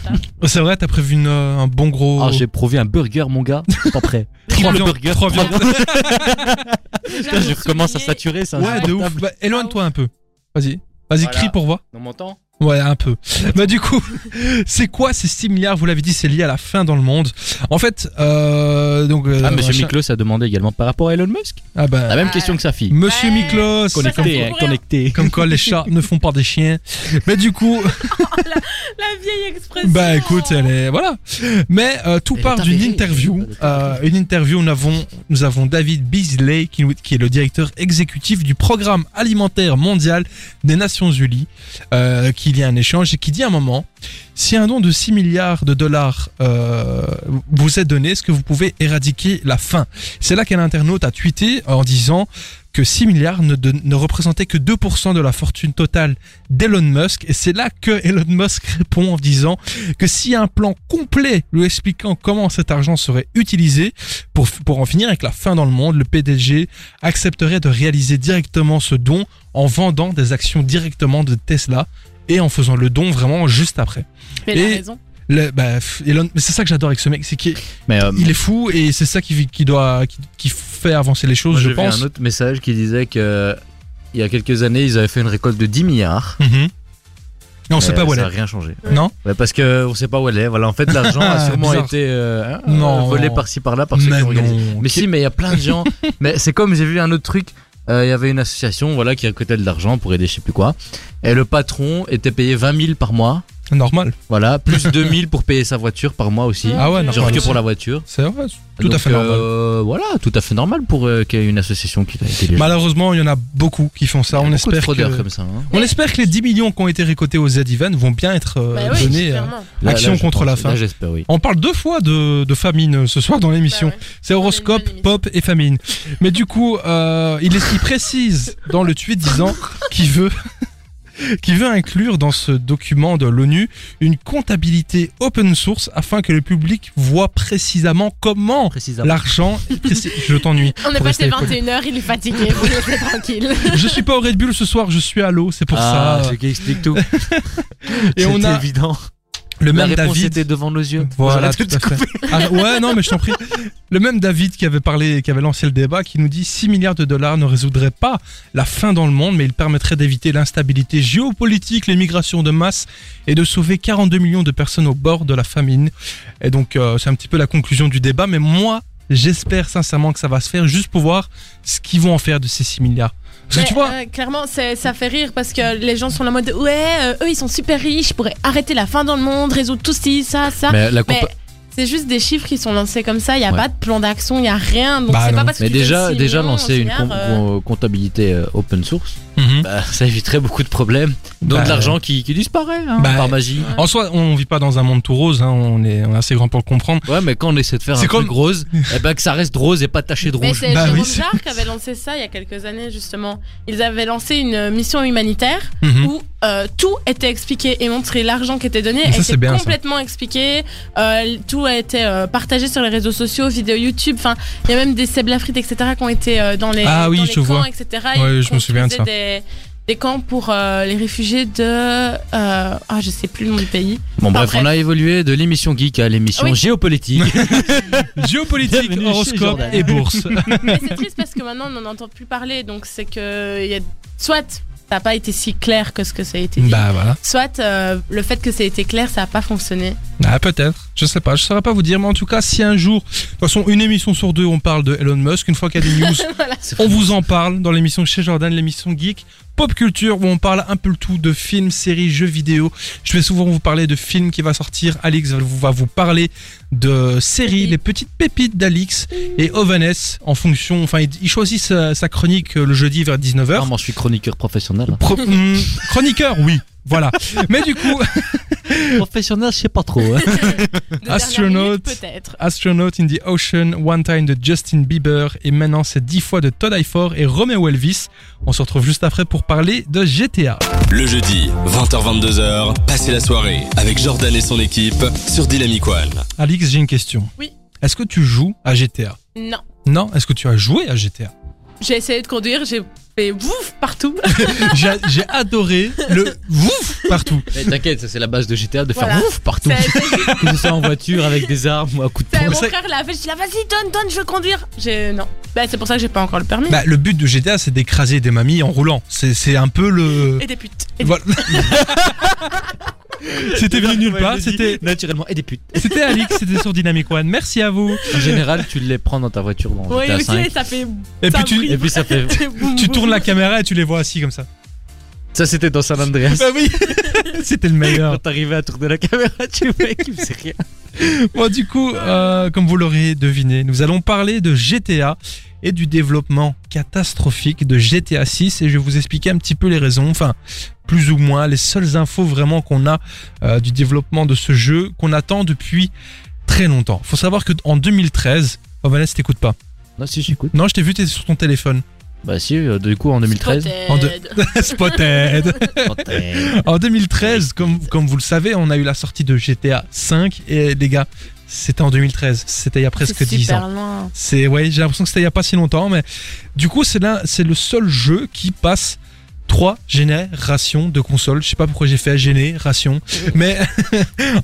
Speaker 2: C'est vrai, t'as prévu une, euh, un bon gros.
Speaker 3: Ah, j'ai prouvé un burger, mon gars. Je suis Pas prêt.
Speaker 2: trois
Speaker 3: le
Speaker 2: viandes,
Speaker 3: burger,
Speaker 2: trois
Speaker 3: trois
Speaker 2: viandes.
Speaker 3: Putain, je recommence à saturer, ça.
Speaker 2: Ouais, de ouf. Bah, Éloigne-toi un peu. Vas-y, vas-y,
Speaker 3: Voilà.
Speaker 2: crie pour voir.
Speaker 3: On m'entend
Speaker 2: Ouais, un peu. Bah du coup, c'est quoi ces 6 milliards Vous l'avez dit, c'est lié à la fin dans le monde. En fait, euh, donc. euh,
Speaker 3: Ah, monsieur
Speaker 2: machin-
Speaker 3: Miklos a demandé également par rapport à Elon Musk.
Speaker 2: Ah
Speaker 3: La
Speaker 2: bah,
Speaker 3: même question que sa fille.
Speaker 2: Monsieur
Speaker 5: Ouais.
Speaker 2: Miklos.
Speaker 3: Connecté,
Speaker 5: ça
Speaker 3: hein,
Speaker 5: fout rien.
Speaker 3: connecté.
Speaker 2: Comme quoi les chats ne font pas des chiens. Mais du coup,
Speaker 5: La vieille expression.
Speaker 2: bah écoute, elle est voilà. Mais euh, tout
Speaker 3: Elle est
Speaker 2: part d'une
Speaker 3: avérée.
Speaker 2: interview. Euh, une interview. Nous avons nous avons David Beasley qui, nous- qui est le directeur exécutif du programme alimentaire mondial des Nations Unies, euh, qui lit un échange et qui dit à un moment si un don de 6 milliards de dollars euh, vous est donné, est-ce que vous pouvez éradiquer la faim C'est là qu'un internaute a tweeté en disant que 6 milliards ne, don- ne représentaient que 2% de la fortune totale d'Elon Musk. Et c'est là que Elon Musk répond en disant que si un plan complet lui expliquant comment cet argent serait utilisé pour, pour en finir avec la faim dans le monde, le PDG accepterait de réaliser directement ce don en vendant des actions directement de Tesla et en faisant le don vraiment juste après.
Speaker 5: Mais elle a
Speaker 2: Et-
Speaker 5: raison.
Speaker 2: Le, bah, pff, Elon, mais c'est ça que j'adore avec ce mec, c'est qu'il
Speaker 3: Mais euh,
Speaker 2: il est fou et c'est ça qui, qui doit qui, qui fait avancer les choses,
Speaker 3: moi,
Speaker 2: je
Speaker 3: j'ai vu
Speaker 2: pense.
Speaker 3: un autre message qui disait que il y a quelques années, ils avaient fait une récolte de 10 milliards.
Speaker 2: Mhm. Non, c'est
Speaker 3: Mais
Speaker 2: pas Wallet.
Speaker 3: Euh, Ça n'a rien changé.
Speaker 2: Non,
Speaker 3: Ouais, parce que on sait pas où elle est. Voilà, en fait, l'argent a sûrement
Speaker 2: Ah, Bizarre.
Speaker 3: été euh, hein,
Speaker 2: Non.
Speaker 3: euh, volé par-ci par-là par ceux
Speaker 2: mais
Speaker 3: qui ont organisé.
Speaker 2: non.
Speaker 3: Mais si, mais il y a plein de gens. mais c'est comme j'ai vu un autre truc. euh, Il y avait une association voilà qui récoltait de l'argent pour aider je sais plus quoi. Et le patron était payé 20 000 par mois.
Speaker 2: Normal.
Speaker 3: Voilà, plus 2 000 pour payer sa voiture par mois aussi.
Speaker 2: Ah ouais,
Speaker 5: Genre
Speaker 3: Genre
Speaker 2: normal.
Speaker 3: que
Speaker 2: aussi.
Speaker 3: pour la voiture.
Speaker 2: C'est vrai, c'est tout à
Speaker 3: Donc,
Speaker 2: fait normal.
Speaker 3: euh, voilà, tout à fait normal pour euh, qu'il y ait une association qui l'a été. les gens.
Speaker 2: Malheureusement, il y en a beaucoup qui font ça.
Speaker 3: Il y a
Speaker 2: On
Speaker 3: beaucoup de
Speaker 2: Bah, espère
Speaker 3: fraudeurs
Speaker 2: que...
Speaker 3: comme ça. hein.
Speaker 2: On espère que les 10 millions qui ont été récoltés au Z-Event vont bien être euh,
Speaker 5: Bah oui,
Speaker 2: donnés. euh.
Speaker 5: clairement.
Speaker 2: Action
Speaker 3: je
Speaker 2: contre
Speaker 3: pense.
Speaker 2: la faim.
Speaker 3: Là, j'espère, oui.
Speaker 2: On parle deux fois de, de famine euh, ce soir dans l'émission.
Speaker 5: Bah ouais.
Speaker 2: C'est horoscope,
Speaker 5: On a une bonne
Speaker 2: pop et famine. Mais du coup, euh, il, est- il précise dans le tweet disant qu'il veut, qu'il veut inclure dans ce document de l'ONU une comptabilité open source afin que le public voit précisément comment
Speaker 3: Précisément.
Speaker 2: l'argent. Je t'ennuie.
Speaker 5: On est
Speaker 2: Pour
Speaker 5: passé
Speaker 2: rester poli.
Speaker 5: 21h, il est fatigué, vous le laissez tranquille.
Speaker 2: Je suis pas au Red Bull ce soir, je suis à l'eau, c'est pour
Speaker 3: ah,
Speaker 2: ça.
Speaker 3: ce qui explique tout.
Speaker 2: Et on
Speaker 3: C'était
Speaker 2: a
Speaker 3: évident.
Speaker 2: le
Speaker 3: La
Speaker 2: même
Speaker 3: réponse
Speaker 2: David.
Speaker 3: était devant nos yeux.
Speaker 2: Voilà,
Speaker 3: J'arrête de
Speaker 2: tout à
Speaker 3: te
Speaker 2: fait.
Speaker 3: couper.
Speaker 2: Ah, ouais, non, mais je t'en prie. Le même David qui avait parlé, qui avait lancé le débat, qui nous dit 6 milliards de dollars ne résoudrait pas la faim dans le monde, mais il permettrait d'éviter l'instabilité géopolitique, les migrations de masse et de sauver 42 millions de personnes au bord de la famine. Et donc, euh, c'est un petit peu la conclusion du débat, mais moi, j'espère sincèrement que ça va se faire juste pour voir ce qu'ils vont en faire de ces 6 milliards. Parce
Speaker 5: Mais,
Speaker 2: que tu vois,
Speaker 5: euh, clairement, c'est- ça fait rire parce que les gens sont en mode Ouais, euh, eux ils sont super riches, ils pourraient arrêter la faim dans le monde, résoudre tout ci, ça, ça.
Speaker 3: Mais la
Speaker 5: Mais
Speaker 3: compa-
Speaker 5: c'est juste des chiffres qui sont lancés comme ça, il n'y a
Speaker 3: Ouais.
Speaker 5: pas de plan d'action, il n'y a rien. Donc
Speaker 2: Bah
Speaker 5: c'est pas
Speaker 2: non.
Speaker 5: parce que
Speaker 3: Mais
Speaker 5: tu
Speaker 3: déjà,
Speaker 5: donnes six
Speaker 3: déjà
Speaker 5: millions,
Speaker 3: lancer
Speaker 5: c'est
Speaker 3: une
Speaker 5: clair,
Speaker 3: com-
Speaker 5: euh,
Speaker 3: comptabilité euh, open source,
Speaker 2: Mhm.
Speaker 3: bah, ça éviterait beaucoup de problèmes. Donc
Speaker 2: Bah,
Speaker 3: de l'argent qui, qui disparaît hein,
Speaker 2: bah,
Speaker 3: par magie.
Speaker 2: En soi, on vit pas dans un monde tout rose, hein, on, est, on est assez grand pour le comprendre.
Speaker 3: Ouais, mais quand on essaie de faire un
Speaker 2: C'est comme-
Speaker 3: truc rose, eh ben que ça reste rose et pas taché de
Speaker 5: Mais
Speaker 3: rouge.
Speaker 5: c'est
Speaker 2: Bah
Speaker 5: Jérôme
Speaker 2: oui, c'est-
Speaker 5: Jarre qui avait lancé ça il y a quelques années justement. Ils avaient lancé une mission humanitaire
Speaker 2: Mhm.
Speaker 5: où euh, tout était expliqué et montré. L'argent qui était donné
Speaker 2: Ça, c'est
Speaker 5: était
Speaker 2: bien, ça.
Speaker 5: complètement expliqué. Euh, tout a été euh, partagé sur les réseaux sociaux, vidéos YouTube. Enfin, il y a même des Seblafrites, etc., qui ont été euh, dans les,
Speaker 2: Ah oui,
Speaker 5: dans les
Speaker 2: je
Speaker 5: camps,
Speaker 2: vois.
Speaker 5: etc.
Speaker 2: Ouais,
Speaker 5: Ils
Speaker 2: je me souviens de ça.
Speaker 5: construisaient Des, des camps pour euh, les réfugiés de. euh, ah, je sais plus le nom du pays.
Speaker 3: Bon bref,
Speaker 5: Après-
Speaker 3: on a évolué de l'émission geek à l'émission
Speaker 5: Ah oui.
Speaker 3: géopolitique.
Speaker 2: Géopolitique,
Speaker 3: Bienvenue chez
Speaker 2: horoscope
Speaker 3: Jordan.
Speaker 2: et bourse.
Speaker 5: Mais c'est triste parce que maintenant on n'en entend plus parler. Donc c'est que. il Y a... Soit ça n'a pas été si clair que ce que ça a été dit.
Speaker 2: bah voilà.
Speaker 5: Soit euh, le fait que ça a été clair, ça n'a pas fonctionné.
Speaker 2: Ah, peut-être, je sais pas, je saurais pas vous dire, mais en tout cas, si un jour, de toute façon, une émission sur deux, on parle de Elon Musk, une fois qu'il y a des news,
Speaker 5: Voilà.
Speaker 2: on vous en parle dans l'émission chez Jordan, l'émission geek, pop culture, où on parle un peu le tout de films, séries, jeux vidéo. Je vais souvent vous parler de films qui va sortir, Alix va vous, va vous parler de séries,
Speaker 5: Pépites.
Speaker 2: les petites pépites d'Alix, et Ovanes, en fonction, enfin, il, il choisit sa, sa chronique euh, le jeudi vers 19h.
Speaker 3: Vraiment, je suis chroniqueur professionnel. hein.
Speaker 2: Pro- hmm, chroniqueur, oui. Voilà. Mais du coup,
Speaker 3: professionnel, je sais pas trop. hein.
Speaker 5: De dernière
Speaker 2: Astronaute.
Speaker 5: minute, Peut-être.
Speaker 2: Astronaut in the Ocean, One Time de Justin Bieber, et maintenant c'est 10 fois de Todd Ifor et Romeo Elvis. On se retrouve juste après pour parler de GTA.
Speaker 1: Le jeudi, 20h-22h, passez la soirée avec Jordan et son équipe sur Dynamic One.
Speaker 2: Alix, j'ai une question.
Speaker 5: Oui.
Speaker 2: Est-ce que tu joues à GTA
Speaker 5: Non.
Speaker 2: Non. Est-ce que tu as joué à GTA
Speaker 5: J'ai essayé de conduire, j'ai fait bouf partout.
Speaker 2: J'ai j'ai adoré le ouf partout.
Speaker 3: Mais Eh, t'inquiète, ça, c'est la base de GTA de faire
Speaker 5: Voilà.
Speaker 3: ouf partout.
Speaker 5: Ça a été-
Speaker 3: Que ce soit en voiture avec des armes ou à coups de
Speaker 5: ça-
Speaker 3: poing.
Speaker 5: mon
Speaker 2: ça-
Speaker 5: frère l'a fait, je dis là vas-y donne, donne, je veux conduire. J'ai non. Bah c'est pour ça que j'ai pas encore le permis.
Speaker 2: Bah, le but de GTA, c'est d'écraser des mamies en roulant. C'est c'est un peu le.
Speaker 5: Et des putes. Et des-
Speaker 2: Voilà. C'était venu nulle part. C'était
Speaker 3: naturellement et des putes.
Speaker 2: c'était Alix. C'était sur Dynamic One. Merci à vous.
Speaker 3: En général, tu les prends dans ta voiture dans
Speaker 5: Oui,
Speaker 3: GTA
Speaker 5: aussi,
Speaker 3: 5.
Speaker 5: ça fait.
Speaker 2: Et
Speaker 5: ça
Speaker 2: puis tu-
Speaker 5: brille.
Speaker 3: Et puis ça fait.
Speaker 5: Boum,
Speaker 2: Tu
Speaker 5: boum.
Speaker 2: tournes la caméra et tu les vois assis comme ça.
Speaker 3: Ça, c'était dans San Andreas.
Speaker 2: Bah oui. C'était le meilleur.
Speaker 3: Quand t'arrivais à tourner la caméra, tu vois qu'il faisait rien.
Speaker 2: Bon, du coup, euh, comme vous l'aurez deviné, nous allons parler de GTA et du développement catastrophique de GTA 6 et je vais vous expliquer un petit peu les raisons, enfin plus ou moins les seules infos vraiment qu'on a euh, du développement de ce jeu qu'on attend depuis très longtemps. Faut savoir que en 2013, oh Vanessa t'écoutes pas.
Speaker 3: Non, si, j'écoute.
Speaker 2: Non, je t'ai vu, t'es sur ton téléphone.
Speaker 3: Bah, si, euh, du coup, en 2013.
Speaker 5: Spotted.
Speaker 2: En deux. Spotted.
Speaker 5: Oh.
Speaker 2: En 2013, comme, comme vous le savez, on a eu la sortie de GTA 5 et les gars, c'était en 2013, c'était il y a presque
Speaker 5: C'est
Speaker 2: 10 ans.
Speaker 5: super loin.
Speaker 2: C'est ouais, j'ai l'impression que c'était il y a pas si longtemps, mais du coup c'est là, c'est le seul jeu qui passe trois générations de consoles. Je sais pas pourquoi j'ai fait génération, mais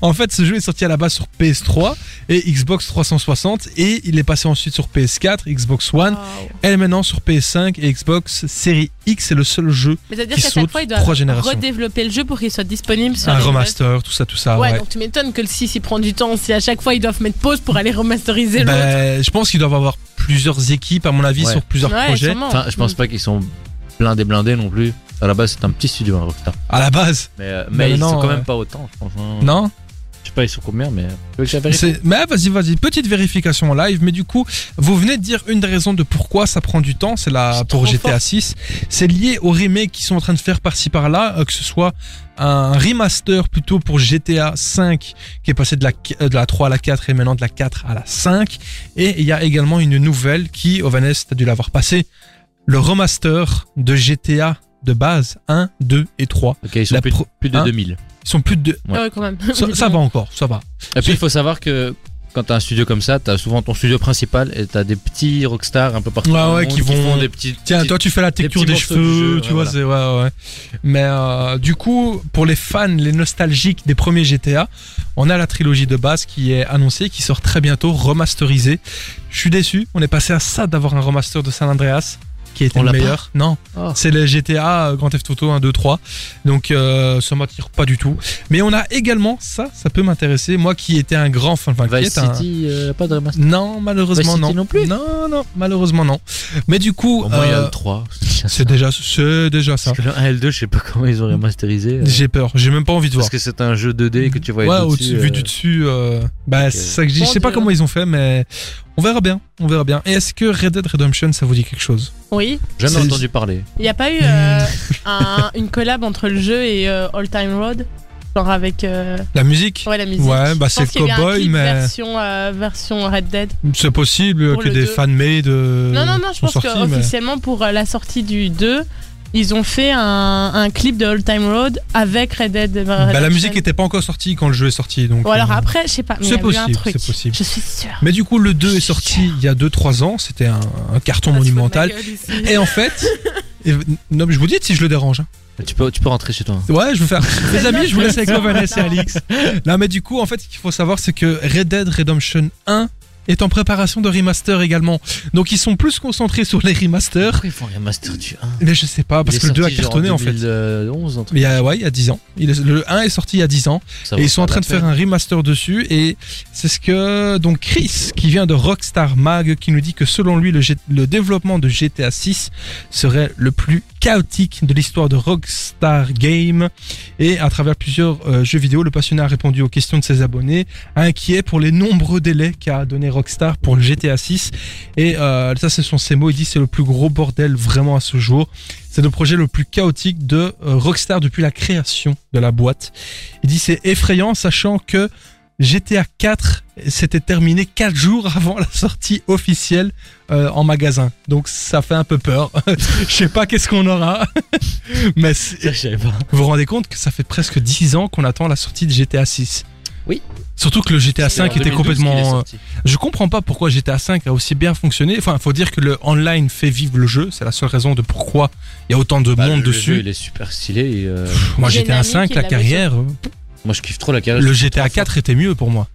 Speaker 2: en fait ce jeu est sorti à la base sur PS3 et Xbox 360 et il est passé ensuite sur PS4, Xbox One,
Speaker 5: Wow.
Speaker 2: elle est maintenant sur PS5 et Xbox Series X. C'est le seul jeu,
Speaker 5: Mais ça veut dire
Speaker 2: Qui
Speaker 5: qu'à
Speaker 2: saute
Speaker 5: chaque fois ils
Speaker 2: trois
Speaker 5: doivent
Speaker 2: générations.
Speaker 5: redévelopper le jeu pour qu'il soit disponible sur
Speaker 2: un
Speaker 5: les
Speaker 2: remaster, tout ça, tout ça.
Speaker 5: Ouais,
Speaker 2: ouais.
Speaker 5: donc tu m'étonnes que le 6 il prend du temps. Si à chaque fois ils doivent mettre pause pour aller remasteriser l'autre.
Speaker 2: Ben, je pense qu'ils doivent avoir plusieurs équipes à mon avis
Speaker 3: Ouais.
Speaker 2: sur plusieurs
Speaker 5: Ouais,
Speaker 2: projets.
Speaker 5: sûrement. Mm.
Speaker 3: Enfin, je pense pas qu'ils sont blindés, blindés non plus. À la base, c'est un petit studio, hein, Rockstar.
Speaker 2: À la base,
Speaker 3: Mais, euh,
Speaker 2: Mais
Speaker 3: mais ils
Speaker 2: non,
Speaker 3: sont quand
Speaker 2: euh,
Speaker 3: même pas autant, je pense. hein.
Speaker 2: non
Speaker 3: Je sais pas, ils sont combien, mais. euh, Tu veux que je la vérifie
Speaker 2: C'est- Mais vas-y, vas-y, petite vérification en live. Mais du coup, vous venez de dire une des raisons de pourquoi ça prend du temps, c'est la
Speaker 5: C'est
Speaker 2: pour
Speaker 5: trop
Speaker 2: GTA 6. C'est lié aux remakes qu'ils sont en train de faire par-ci par-là, euh, que ce soit un remaster plutôt pour GTA 5 qui est passé de la, qu- euh, de la 3 à la 4 et maintenant de la 4 à la 5. Et il y a également une nouvelle qui, Ovanes, t'as dû l'avoir passé, le remaster de GTA de base 1, 2 et 3.
Speaker 3: Ok, ils sont
Speaker 2: La
Speaker 3: plus, de-
Speaker 2: pro-
Speaker 3: plus de
Speaker 2: hein
Speaker 3: 2000.
Speaker 2: Ils sont plus de...
Speaker 3: Ouais.
Speaker 5: Ah Ouais, quand même.
Speaker 2: Ça, ça va encore, ça va.
Speaker 3: Et puis, il faut savoir que. Quand t'as un studio comme ça, t'as souvent ton studio principal et t'as des petits rockstars un peu partout.
Speaker 2: Ouais,
Speaker 3: dans le
Speaker 2: Ah ouais,
Speaker 3: monde
Speaker 2: qui vont-
Speaker 3: font des petits.
Speaker 2: Tiens,
Speaker 3: petits-
Speaker 2: toi tu fais la texture
Speaker 3: petits
Speaker 2: des
Speaker 3: morceaux
Speaker 2: cheveux,
Speaker 3: du jeu,
Speaker 2: tu
Speaker 3: ouais,
Speaker 2: vois,
Speaker 3: voilà.
Speaker 2: c'est ouais, ouais. Mais euh, du coup, pour les fans, les nostalgiques des premiers GTA, on a la trilogie de base qui est annoncée, qui sort très bientôt, remasterisée. Je suis déçu, on est passé à ça d'avoir un remaster de San Andreas qui était
Speaker 3: On
Speaker 2: le
Speaker 3: l'a pas
Speaker 2: meilleur. Non,
Speaker 3: Oh.
Speaker 2: c'est les GTA euh, Grand Theft Auto 1, 2, 3. Donc euh, ça m'attire pas du tout. Mais on a également ça, ça peut m'intéresser. Moi qui étais un grand fan, enfin, qui
Speaker 3: Vice
Speaker 2: est un-
Speaker 3: City, euh, pas de remaster.
Speaker 2: Non, malheureusement
Speaker 3: Vice
Speaker 2: non.
Speaker 3: City non plus
Speaker 2: non, non, malheureusement non. Mais du coup,
Speaker 3: Au moins, il y a
Speaker 2: euh,
Speaker 3: le 3. déjà ça.
Speaker 2: C'est déjà, c'est déjà ça.
Speaker 3: Parce que le 1 et le 2, je sais pas comment ils ont remasterisé. euh,
Speaker 2: J'ai peur, j'ai même pas envie de voir.
Speaker 3: parce que c'est un jeu 2D que tu vois
Speaker 2: ouais,
Speaker 3: au-dessus.
Speaker 2: au-dessus- vu du dessus, euh, bah c'est ça que je dis. Je sais pas
Speaker 5: Mon Dieu.
Speaker 2: comment ils ont fait, mais on verra bien, on verra bien. Et est-ce que Red Dead Redemption, ça vous dit quelque chose
Speaker 5: Oui.
Speaker 3: Jamais
Speaker 2: C'est-
Speaker 3: entendu parler.
Speaker 5: Il n'y a pas eu euh, un- une collab entre le jeu et euh, All Time Road Genre avec euh,
Speaker 2: La musique,
Speaker 5: ouais, la musique.
Speaker 2: Ouais, bah,
Speaker 5: Je
Speaker 2: c'est
Speaker 5: pense qu'il y a eu un
Speaker 2: Cowboy,
Speaker 5: clip
Speaker 2: mais-
Speaker 5: Version, euh, version Red Dead.
Speaker 2: c'est possible
Speaker 5: Pour
Speaker 2: que
Speaker 5: le
Speaker 2: des
Speaker 5: deux.
Speaker 2: fan-made euh,
Speaker 5: non, non, non, je
Speaker 2: sont
Speaker 5: pense
Speaker 2: sortis,
Speaker 5: que
Speaker 2: mais-
Speaker 5: officiellement pour euh, la sortie du 2, ils ont fait un, un clip de All Time Road avec Red Dead. euh, Redemption.
Speaker 2: Bah, la musique était pas encore sortie quand le jeu est sorti, donc.
Speaker 5: Ou alors
Speaker 2: euh,
Speaker 5: après, je sais pas, mais il y
Speaker 2: C'est
Speaker 5: a eu un
Speaker 2: possible,
Speaker 5: truc.
Speaker 2: c'est possible.
Speaker 5: Je suis sûre.
Speaker 2: Mais du coup, le 2 est sorti il y a 2-3 ans. C'était un, un
Speaker 5: Ah,
Speaker 2: carton monumental. Et en fait, et- non, mais je vous dis si je le dérange. hein.
Speaker 3: Tu peux, tu peux rentrer chez toi. hein.
Speaker 2: Ouais, je veux faire. Eh, Les amis, je vous laisse avec
Speaker 5: Non,
Speaker 2: Vanessa et
Speaker 5: non.
Speaker 2: Alix. Non, mais du coup, en fait, ce qu'il faut savoir, c'est que Red Dead Redemption 1 est en préparation de remaster également. Donc, ils sont plus concentrés sur les remasters.
Speaker 3: Pourquoi ils font un remaster du 1
Speaker 2: Mais je sais pas, parce que le 2 a cartonné en fait.
Speaker 3: 2011, un truc.
Speaker 2: Il y a, ouais, il y a 10 ans. Il est- le 1 est sorti il y a 10 ans.
Speaker 3: Ça
Speaker 2: et
Speaker 3: vaut
Speaker 2: ils sont
Speaker 3: pas
Speaker 2: en train
Speaker 3: la
Speaker 2: de faire
Speaker 3: peine.
Speaker 2: un remaster dessus. Et c'est ce que. Donc, Chris, qui vient de Rockstar Mag, qui nous dit que selon lui, le, G- le développement de GTA 6 serait le plus chaotique de l'histoire de Rockstar Game. Et à travers plusieurs euh, jeux vidéo, le passionné a répondu aux questions de ses abonnés, inquiet pour les nombreux délais qu'a donné Rockstar pour le GTA 6. Et euh, ça, ce sont ses mots. Il dit c'est le plus gros bordel vraiment à ce jour. C'est le projet le plus chaotique de euh, Rockstar depuis la création de la boîte. Il dit c'est effrayant, sachant que GTA 4 s'était terminé 4 jours avant la sortie officielle euh, en magasin. Donc ça fait un peu peur. Je sais pas qu'est-ce qu'on aura. Mais c'est-
Speaker 3: Ça, je savais pas.
Speaker 2: vous vous rendez compte que ça fait presque 10 ans qu'on attend la sortie de GTA 6
Speaker 3: Oui.
Speaker 2: Surtout que le GTA 5 était complètement. euh,
Speaker 3: C'est
Speaker 2: Je comprends pas pourquoi GTA 5 a aussi bien fonctionné. Enfin, faut dire que le online fait vivre le jeu. C'est la seule raison de pourquoi il y a autant de monde dessus.
Speaker 3: il Bah, est super stylé. et, euh,
Speaker 2: Pff, Moi,
Speaker 5: Il y a
Speaker 2: GTA
Speaker 5: une amie
Speaker 2: 5,
Speaker 5: qui
Speaker 2: la
Speaker 5: l'avait
Speaker 2: carrière. euh,
Speaker 3: moi, je kiffe trop la carrière.
Speaker 2: Le GTA 4 était mieux pour moi.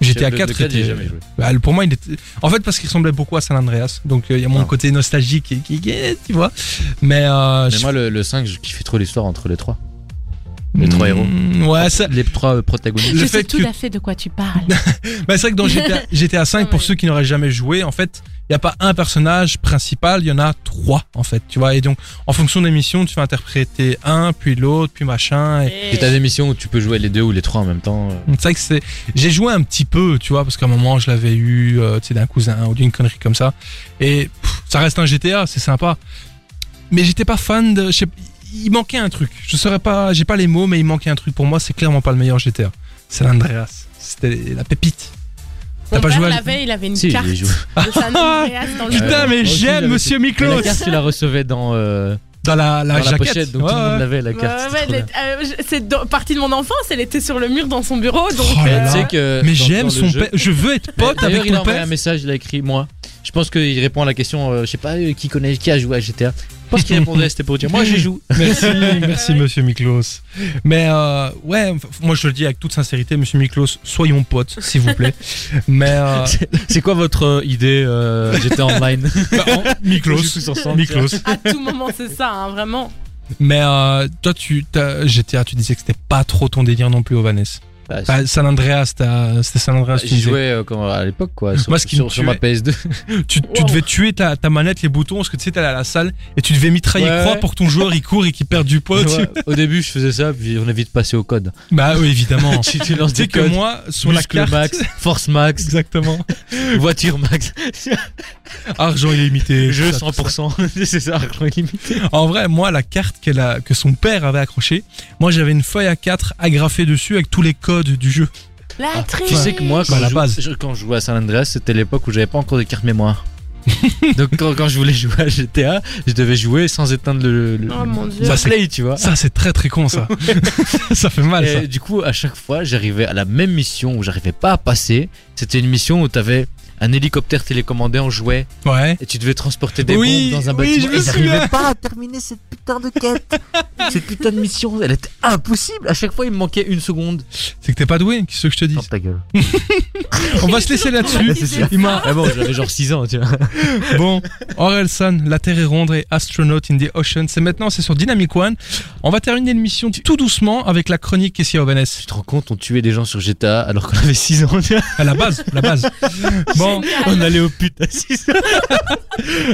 Speaker 2: GTA 4
Speaker 3: j'ai
Speaker 2: était.
Speaker 3: jamais joué.
Speaker 2: Bah, le- pour moi, il était. En fait, parce qu'il ressemblait beaucoup à San Andreas. Donc, euh, il y a mon
Speaker 3: Ah.
Speaker 2: côté nostalgique qui, qui, qui- tu vois. Mais. euh,
Speaker 3: Mais
Speaker 2: je-
Speaker 3: moi, le, le 5, je kiffais trop l'histoire entre les trois. les trois héros.
Speaker 2: Mm, Ouais, ça.
Speaker 3: Les trois euh, protagonistes.
Speaker 2: Le
Speaker 5: je
Speaker 2: fait
Speaker 5: sais tout
Speaker 2: que-
Speaker 5: à fait de quoi tu parles.
Speaker 2: Bah, c'est vrai que dans GTA, GTA 5, pour
Speaker 5: Ouais.
Speaker 2: ceux qui n'auraient jamais joué, en fait, il n'y a pas un personnage principal, il y en a trois, en fait, tu vois. Et donc, en fonction des missions, tu vas interpréter un, puis l'autre, puis machin. Et...
Speaker 3: Et t'as des missions où tu peux jouer les deux ou les trois en même temps. euh.
Speaker 2: C'est vrai que c'est. J'ai joué un petit peu, tu vois, parce qu'à un moment, je l'avais eu, euh, tu sais, d'un cousin ou d'une connerie comme ça. Et pff, ça reste un GTA, c'est sympa. Mais j'étais pas fan de. je sais- Il manquait un truc. Je saurais pas. J'ai pas les mots, mais il manquait un truc. Pour moi, c'est clairement pas le meilleur GTA. C'est l'Andreas. C'était la pépite.
Speaker 5: Mon
Speaker 2: T'as pas
Speaker 5: père
Speaker 2: joué à-
Speaker 5: l'avait, il avait une
Speaker 3: Si,
Speaker 5: carte
Speaker 3: j'ai
Speaker 5: de
Speaker 3: joué.
Speaker 5: San Andreas dans le
Speaker 3: Putain,
Speaker 5: jeu.
Speaker 2: Putain, mais
Speaker 3: moi aussi,
Speaker 2: j'aime
Speaker 3: j'avais
Speaker 2: Monsieur
Speaker 3: Mais
Speaker 2: Miklos
Speaker 3: la carte, tu la recevais dans, euh,
Speaker 2: Dans la, la
Speaker 3: dans la
Speaker 2: Ah, jaquette.
Speaker 3: pochette, donc tout
Speaker 2: Ouais,
Speaker 3: le monde
Speaker 2: ouais.
Speaker 3: l'avait la
Speaker 5: Ouais,
Speaker 3: carte.
Speaker 5: ouais,
Speaker 3: c'était trop
Speaker 5: elle est- euh, je- c'est dans- partie de mon enfance, elle était sur le mur dans son bureau. Donc,
Speaker 2: Oh là
Speaker 3: bien.
Speaker 2: là.
Speaker 3: Tu sais que
Speaker 2: Mais
Speaker 3: dans-
Speaker 2: j'aime
Speaker 3: dans le
Speaker 2: son
Speaker 3: jeu-
Speaker 2: père. Je veux être pote
Speaker 3: D'ailleurs,
Speaker 2: avec
Speaker 3: il a
Speaker 2: ton
Speaker 3: envoyé un
Speaker 2: père.
Speaker 3: message, il a écrit moi. Je pense qu'il répond à la question, euh, je sais pas euh, qui connaît, qui a joué à GTA. Je pense qu'il répondait, c'était pour dire moi j'y joue.
Speaker 2: Merci, merci Monsieur Miklos. Mais euh, ouais, f- moi je le dis avec toute sincérité, Monsieur Miklos, soyons potes, s'il vous plaît. Mais euh,
Speaker 3: C'est quoi votre euh, idée euh, GTA Online
Speaker 2: bah, en- Miklos,
Speaker 3: On joue tous ensemble,
Speaker 2: Miklos.
Speaker 5: à tout moment, c'est ça, hein, vraiment.
Speaker 2: Mais euh, toi, tu t'as- GTA, tu disais que c'était pas trop ton délire non plus, Ovanes.
Speaker 3: Bah,
Speaker 2: Bah, San Andreas, t'as- c'était San Andreas. tu
Speaker 3: J'y
Speaker 2: disais.
Speaker 3: jouais euh, quand- à l'époque quoi, sur,
Speaker 2: Moi, ce qui
Speaker 3: sur-
Speaker 2: me
Speaker 3: sur ma
Speaker 2: tuait-
Speaker 3: PS2.
Speaker 2: Tu, tu
Speaker 5: Wow.
Speaker 2: devais tuer ta, ta manette, les boutons, parce que tu sais, t'allais à la salle et tu devais mitrailler
Speaker 3: Ouais.
Speaker 2: croix pour que ton joueur il court et qu'il perde du poids. tu-
Speaker 3: Ouais, Au début je faisais ça, puis on est vite passé au code.
Speaker 2: Bah oui, évidemment.
Speaker 3: Si tu lances
Speaker 2: Tu sais
Speaker 3: des
Speaker 2: que
Speaker 3: codes,
Speaker 2: moi, sur la
Speaker 3: muscle
Speaker 2: carte,
Speaker 3: max, force max,
Speaker 2: exactement.
Speaker 3: voiture max,
Speaker 2: Argent illimité. tout
Speaker 3: jeu
Speaker 2: ça, tout ça.
Speaker 3: 100%, c'est ça, argent illimité.
Speaker 5: Ah,
Speaker 2: En vrai, moi, la carte qu'elle a- que son père avait accrochée, moi j'avais une feuille à 4 agrafée dessus avec tous les codes du jeu.
Speaker 5: La
Speaker 3: Ah, Tu sais
Speaker 5: triche.
Speaker 3: que moi,
Speaker 2: Bah,
Speaker 3: quand,
Speaker 2: la
Speaker 3: je,
Speaker 2: base.
Speaker 3: je- quand je jouais à San Andreas, c'était l'époque où j'avais pas encore de carte mémoire. Donc quand, quand je voulais jouer à GTA, je devais jouer sans éteindre le, le,
Speaker 5: Oh mon dieu.
Speaker 3: le
Speaker 2: Ça, c'est-
Speaker 3: play, tu vois.
Speaker 2: Ça, c'est très très con ça. ça fait mal ça.
Speaker 3: Et du coup, à chaque fois, j'arrivais à la même mission où j'arrivais pas à passer. C'était une mission où t'avais un hélicoptère télécommandé en jouet
Speaker 2: Ouais.
Speaker 3: et tu devais transporter des
Speaker 2: Oui,
Speaker 3: bombes dans un
Speaker 2: oui, je
Speaker 3: bâtiment.
Speaker 2: me
Speaker 3: Et j'arrivais
Speaker 2: souviens.
Speaker 3: pas à terminer cette putain de quête. cette putain de mission, elle était impossible. À chaque fois, il me manquait une seconde.
Speaker 2: C'est que t'es pas doué, qu'est-ce que je te dis
Speaker 3: Ferme ta gueule.
Speaker 2: On va se laisser là-dessus.
Speaker 5: C'est sûr.
Speaker 2: Il m'a-
Speaker 3: Ah bon, j'avais genre 6 ans, tu vois.
Speaker 2: Bon, Orelsan, La Terre est ronde et Astronaut in the Ocean. C'est maintenant, c'est sur Dynamic One. On va terminer l'émission tout doucement avec la chronique Kessia Ovanes.
Speaker 3: Tu te rends compte, on tuait des gens sur GTA alors qu'on avait 6 ans, tu vois.
Speaker 2: À la base, la base. Bon, Exactement.
Speaker 5: Génial.
Speaker 3: On allait au putain.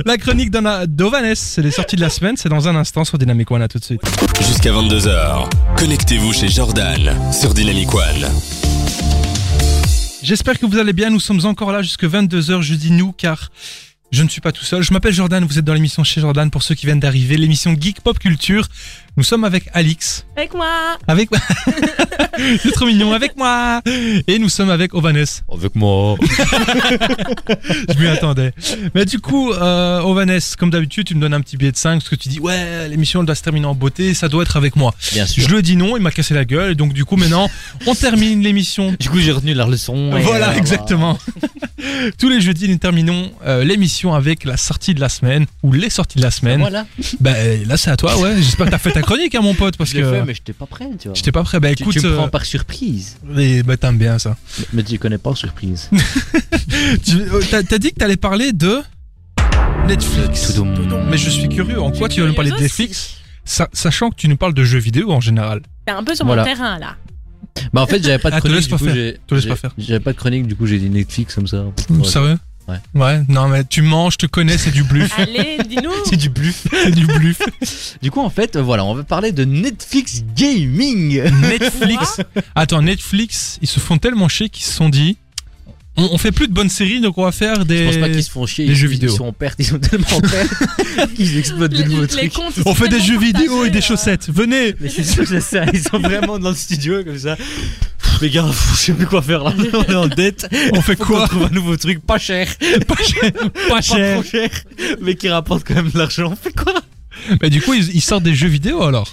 Speaker 2: La chronique d'Anna Dovanes, c'est les sorties de la semaine, c'est dans un instant sur Dynamic One, à tout de suite.
Speaker 1: Jusqu'à 22h, connectez-vous chez Jordan sur Dynamic One.
Speaker 2: J'espère que vous allez bien, nous sommes encore là jusque 22h, je dis nous car je ne suis pas tout seul. Je m'appelle Jordan, vous êtes dans l'émission chez Jordan pour ceux qui viennent d'arriver, l'émission Geek Pop Culture. Nous sommes avec Alix,
Speaker 5: Avec moi.
Speaker 2: avec C'est trop mignon, avec moi Et nous sommes avec Ovanes.
Speaker 3: Avec moi.
Speaker 2: Je m'y attendais. Mais du coup, euh, Ovanes, comme d'habitude, tu me donnes un petit billet de 5 parce que tu dis ouais, l'émission elle doit se terminer en beauté, ça doit être avec moi.
Speaker 3: Bien sûr.
Speaker 2: Je le dis non, il m'a cassé la gueule, et donc du coup maintenant, on termine l'émission.
Speaker 3: Du coup, j'ai retenu la leçon. et euh,
Speaker 2: Voilà, exactement. Tous les jeudis, nous terminons euh, l'émission avec la sortie de la semaine ou les sorties de la semaine.
Speaker 3: Voilà.
Speaker 2: Bah, euh, là, c'est à toi, ouais. J'espère que t'as fait ta chronique, hein, mon pote, parce
Speaker 3: Je l'ai
Speaker 2: que
Speaker 3: fait, mais j'étais pas prêt, tu vois.
Speaker 2: j'étais pas prêt. Bah,
Speaker 3: Tu-
Speaker 2: écoute,
Speaker 3: tu, me prends
Speaker 2: euh,
Speaker 3: par surprise.
Speaker 2: mais, bah, t'aimes bien ça.
Speaker 3: Mais, mais tu connais pas en surprise.
Speaker 2: Tu- euh, T'as t'as dit que t'allais parler de Netflix.
Speaker 3: Toudoum.
Speaker 2: Mais je suis curieux, en quoi tu vas nous parler de
Speaker 5: Curieuse
Speaker 2: Netflix
Speaker 5: aussi.
Speaker 2: Sa- Sachant que tu nous parles de jeux vidéo en général.
Speaker 5: T'es un peu sur
Speaker 3: Voilà.
Speaker 5: mon terrain là.
Speaker 3: Bah en fait, j'avais pas de
Speaker 2: Ah, te
Speaker 3: chronique.
Speaker 2: laisse
Speaker 3: du
Speaker 2: pas
Speaker 3: coup,
Speaker 2: faire.
Speaker 3: j'ai-
Speaker 2: Te laisse
Speaker 3: j'ai-
Speaker 2: pas faire.
Speaker 3: J'avais pas de chronique, du coup, j'ai dit Netflix comme ça.
Speaker 2: Sérieux
Speaker 3: Ouais.
Speaker 2: Ouais, non, mais tu mens, je te connais, c'est du bluff.
Speaker 5: Allez, dis-nous.
Speaker 3: C'est du bluff.
Speaker 2: c'est du bluff.
Speaker 3: Du coup, en fait, euh, voilà, on va parler de Netflix Gaming.
Speaker 2: Netflix. Attends, Netflix, ils se font tellement chier qu'ils se sont dit on, on fait plus de bonnes séries, donc on va faire
Speaker 3: Je pense pas
Speaker 2: des.
Speaker 3: qu'ils se font chier.
Speaker 2: les
Speaker 3: ils,
Speaker 2: jeux
Speaker 3: ils
Speaker 2: vidéo.
Speaker 3: sont en perte, ils sont tellement en perte qu'ils explosent de
Speaker 5: Les-
Speaker 3: nouveaux
Speaker 5: les
Speaker 3: trucs.
Speaker 5: comptes, ils
Speaker 2: On
Speaker 5: sont
Speaker 2: fait des
Speaker 5: tellement
Speaker 2: jeux vidéo et
Speaker 5: partagés,
Speaker 3: hein.
Speaker 2: des
Speaker 5: euh.
Speaker 2: chaussettes. Venez
Speaker 3: Mais je suis sûr que c'est ça. Ils sont vraiment dans le studio comme ça. Pff, Les gars, pff, je sais plus quoi faire là. On est en dette.
Speaker 2: On fait
Speaker 3: Faut
Speaker 2: quoi
Speaker 3: qu'on trouve un nouveau truc pas cher,
Speaker 2: Pas cher. Pas
Speaker 3: pas
Speaker 2: cher.
Speaker 3: trop cher, mais qui rapporte quand même de l'argent. On fait quoi
Speaker 2: Mais du coup, ils, ils sortent des jeux vidéo alors.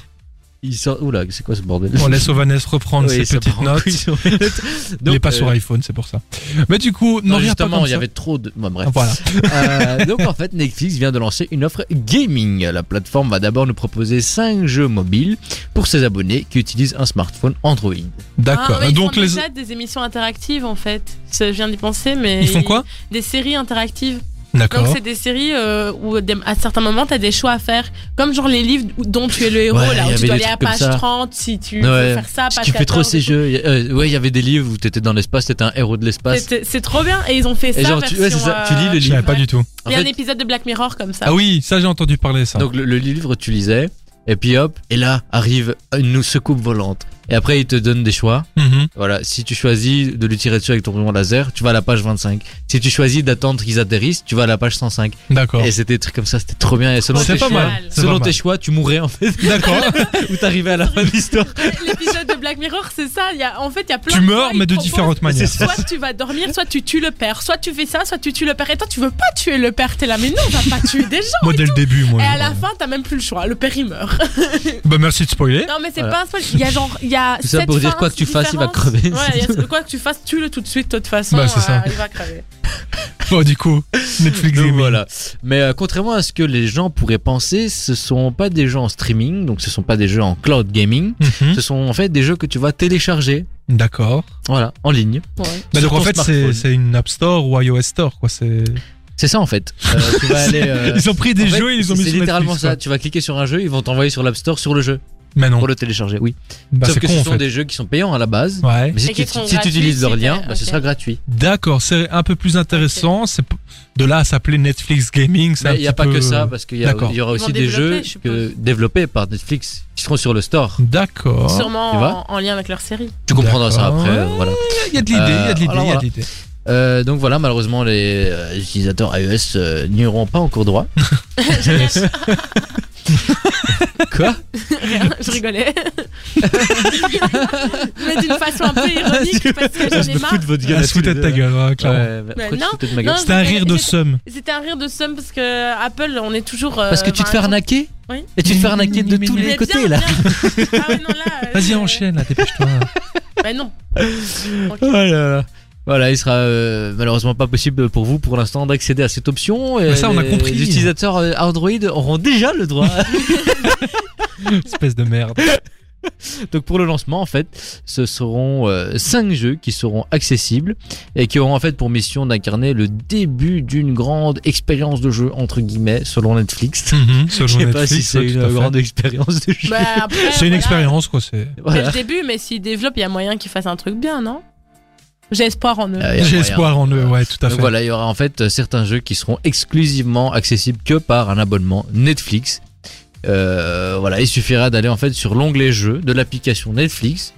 Speaker 3: Ils sortent. Oula, c'est quoi ce bordel
Speaker 2: On laisse Ovanes reprendre
Speaker 3: Oui,
Speaker 2: ses
Speaker 3: ça
Speaker 2: petites
Speaker 3: part en
Speaker 2: notes.
Speaker 3: couille sur les notes.
Speaker 2: Il est
Speaker 3: Donc,
Speaker 2: pas
Speaker 3: euh,
Speaker 2: sur iPhone, c'est pour ça. Mais du coup, non, rien pas
Speaker 3: Non, Euh, justement,
Speaker 2: comme
Speaker 3: il y
Speaker 2: ça.
Speaker 3: avait trop de. Bon, bref.
Speaker 2: Voilà.
Speaker 3: Euh, donc en fait, Netflix vient de lancer une offre gaming. La plateforme va d'abord nous proposer 5 jeux mobiles pour ses abonnés qui utilisent un smartphone Android.
Speaker 2: D'accord.
Speaker 5: Ah, ouais, ils
Speaker 2: donc
Speaker 5: font
Speaker 2: les.
Speaker 5: déjà des émissions interactives en fait. Ça, Je viens d'y penser, mais
Speaker 2: Ils font quoi
Speaker 5: Des séries interactives. Donc
Speaker 2: D'accord.
Speaker 5: c'est des séries euh, où des- à certains moments t'as des choix à faire, comme genre les livres où- dont tu es le héros
Speaker 3: Ouais, il y
Speaker 5: là où
Speaker 3: avait
Speaker 5: tu dois
Speaker 3: des
Speaker 5: aller à
Speaker 3: trucs
Speaker 5: page
Speaker 3: comme ça.
Speaker 5: 30 si
Speaker 3: Ouais.
Speaker 5: tu veux faire ça,
Speaker 3: Ce
Speaker 5: page
Speaker 3: qui fait trop
Speaker 5: 14
Speaker 3: ces
Speaker 5: et tout.
Speaker 3: jeux. Il y a- euh, ouais, il y avait des livres où t'étais dans l'espace, t'étais un héros de l'espace.
Speaker 5: C'est- C'est trop bien et ils ont fait ça.
Speaker 3: Et genre, tu- ouais,
Speaker 5: version,
Speaker 3: c'est ça, tu lis
Speaker 5: euh,
Speaker 3: le
Speaker 2: Je savais pas
Speaker 5: ouais.
Speaker 2: du tout.
Speaker 3: En
Speaker 5: Il y a un
Speaker 3: fait-
Speaker 5: épisode de Black Mirror comme ça.
Speaker 2: Ah oui, ça j'ai entendu parler ça.
Speaker 3: Donc le, le livre, tu lisais, et puis hop, et là arrive une secoupe volante. Et après, il te donne des choix.
Speaker 2: Mhm.
Speaker 3: Voilà, si tu choisis de lui tirer dessus avec ton rayon laser, tu vas à la page 25. Si tu choisis d'attendre qu'ils atterrissent, tu vas à la page 105.
Speaker 2: D'accord.
Speaker 3: Et c'était des trucs comme ça, c'était trop bien. Et selon
Speaker 2: C'est
Speaker 3: tes
Speaker 2: pas
Speaker 3: choix,
Speaker 2: mal. c'est
Speaker 3: Selon
Speaker 2: pas
Speaker 3: tes
Speaker 2: mal.
Speaker 3: choix, tu mourrais en fait,
Speaker 2: D'accord.
Speaker 3: ou t'arrivais à la fin de l'histoire.
Speaker 5: L'épisode de Black Mirror, c'est ça. Il y a, en fait, il y a plein
Speaker 2: Tu
Speaker 5: de
Speaker 2: meurs,
Speaker 5: choix, ils
Speaker 2: mais de
Speaker 5: proposent-
Speaker 2: différentes manières.
Speaker 5: Soit tu vas dormir, soit tu tues le père, soit tu fais ça, soit tu tues le père. Et toi, tu veux pas tuer le père, t'es là, mais non, on va pas tuer des gens.
Speaker 2: Moi, dès le début, moi.
Speaker 5: Et à
Speaker 2: je-
Speaker 5: la fin, t'as même plus le choix. Le père, il meurt.
Speaker 2: Bah, merci de spoiler.
Speaker 5: Non, mais c'est
Speaker 3: Voilà.
Speaker 5: pas un spoil. Il y a genre. Il y a
Speaker 3: Tout ça
Speaker 5: sept
Speaker 3: pour dire
Speaker 5: fins
Speaker 3: quoi que tu fasses, il va
Speaker 5: différentes.
Speaker 3: crever.
Speaker 5: Ouais, il y a- quoi que tu fasses, tue-le tout de suite, de toute façon.
Speaker 2: Bah, c'est ça.
Speaker 5: euh, il va crever.
Speaker 2: Bon, du coup, Netflix
Speaker 3: Donc
Speaker 2: Gaming.
Speaker 3: voilà. Mais euh, contrairement à ce que les gens pourraient penser, ce sont pas des jeux en streaming, donc ce sont pas des jeux en cloud gaming.
Speaker 2: Mhm.
Speaker 3: Ce sont en fait des jeux que tu vas télécharger,
Speaker 2: D'accord.
Speaker 3: voilà, en ligne.
Speaker 5: Ouais.
Speaker 2: Bah,
Speaker 3: Sur
Speaker 2: donc en
Speaker 3: ton
Speaker 2: fait, c'est
Speaker 3: smartphone.
Speaker 2: c'est une App Store ou iOS Store, quoi. C'est.
Speaker 3: C'est ça en fait. Euh, tu vas aller. euh,
Speaker 2: Ils ont pris des
Speaker 3: en fait,
Speaker 2: jeux et ils les ont mis
Speaker 3: C'est
Speaker 2: sur
Speaker 3: littéralement
Speaker 2: Netflix, quoi.
Speaker 3: ça. Tu vas cliquer sur un jeu, ils vont t'envoyer sur l'App Store sur le jeu
Speaker 2: Mais non.
Speaker 3: pour le télécharger. Oui.
Speaker 2: Bah,
Speaker 3: Sauf
Speaker 2: c'est
Speaker 3: que
Speaker 2: con
Speaker 3: ce
Speaker 2: en
Speaker 3: sont
Speaker 2: fait.
Speaker 3: des jeux qui sont payants à la base.
Speaker 2: Ouais.
Speaker 3: Mais si
Speaker 5: Et qui
Speaker 3: tu
Speaker 5: sont
Speaker 3: si tu utilises leur
Speaker 5: gratuits,
Speaker 3: lien,
Speaker 5: c'était-
Speaker 3: bah, ce
Speaker 5: ok.
Speaker 3: sera gratuit.
Speaker 2: D'accord, c'est un peu plus intéressant. C'est p- de là à s'appeler Netflix Gaming. c'est un
Speaker 3: Mais il n'y a
Speaker 2: petit
Speaker 3: pas
Speaker 2: peu-
Speaker 3: que ça parce qu'il y, a-
Speaker 2: D'accord.
Speaker 3: il y aura
Speaker 5: Ils
Speaker 3: aussi
Speaker 5: vont
Speaker 3: des jeux
Speaker 5: développer, je
Speaker 3: que- développés par Netflix qui seront sur le store.
Speaker 2: D'accord.
Speaker 3: tu
Speaker 5: Sûrement
Speaker 3: vois
Speaker 5: en, en lien avec leur série.
Speaker 3: Tu comprendras ça
Speaker 2: D'accord.
Speaker 3: après. euh, voilà.
Speaker 2: Il y a de l'idée, il y a de l'idée,
Speaker 3: alors
Speaker 2: il y a
Speaker 3: voilà.
Speaker 2: de l'idée.
Speaker 3: Euh, donc voilà, malheureusement, les euh, utilisateurs iOS euh, n'y auront pas encore droit. Quoi
Speaker 5: Rien, je rigolais. mais d'une façon un peu ironique, parce que j'en ai marre.
Speaker 3: votre
Speaker 2: Ah, se foutait de ta gueule, ouais, clairement.
Speaker 5: Mais
Speaker 3: pourquoi tu
Speaker 5: non,
Speaker 3: te foutais de ma gueule
Speaker 5: non,
Speaker 2: C'était un rire de
Speaker 5: J'étais-
Speaker 2: somme.
Speaker 5: C'était un rire de somme parce que Apple, on est toujours. euh, bah,
Speaker 3: Parce que tu te fais arnaquer
Speaker 5: Oui.
Speaker 3: Et tu te fais arnaquer de tous les côtés là.
Speaker 5: Ah ouais, non, là. euh,
Speaker 2: Vas-y,
Speaker 5: c'est-
Speaker 2: enchaîne, là, dépêche-toi.
Speaker 5: Bah non. Ok.
Speaker 3: Oh là là. Voilà, il sera euh, malheureusement pas possible pour vous pour l'instant d'accéder à cette option. Et
Speaker 2: Mais ça, on a
Speaker 3: les-
Speaker 2: compris.
Speaker 3: Les utilisateurs euh, Android auront déjà le droit.
Speaker 2: Espèce de merde.
Speaker 3: Donc pour le lancement, en fait, ce seront 5 jeux qui seront accessibles et qui auront en fait pour mission d'incarner le début d'une grande expérience de jeu, entre guillemets, selon Netflix.
Speaker 2: Mhm, Selon
Speaker 3: Je sais pas
Speaker 2: Netflix,
Speaker 3: si c'est
Speaker 2: ouais, tout à
Speaker 3: une
Speaker 2: fait.
Speaker 3: grande expérience de jeu.
Speaker 5: Bah, après,
Speaker 2: C'est une
Speaker 5: voilà.
Speaker 2: expérience, quoi. C'est.
Speaker 5: C'est
Speaker 3: Voilà.
Speaker 5: le début, mais s'ils développent, il y a moyen qu'ils fassent un truc bien, non J'ai espoir en eux.
Speaker 3: Euh, y a
Speaker 2: J'ai
Speaker 3: moyen.
Speaker 2: espoir en eux, ouais, tout à
Speaker 3: Donc
Speaker 2: fait.
Speaker 3: voilà, il y aura en fait euh, certains jeux qui seront exclusivement accessibles que par un abonnement Netflix. Euh, voilà, il suffira d'aller en fait sur l'onglet jeux de l'application Netflix.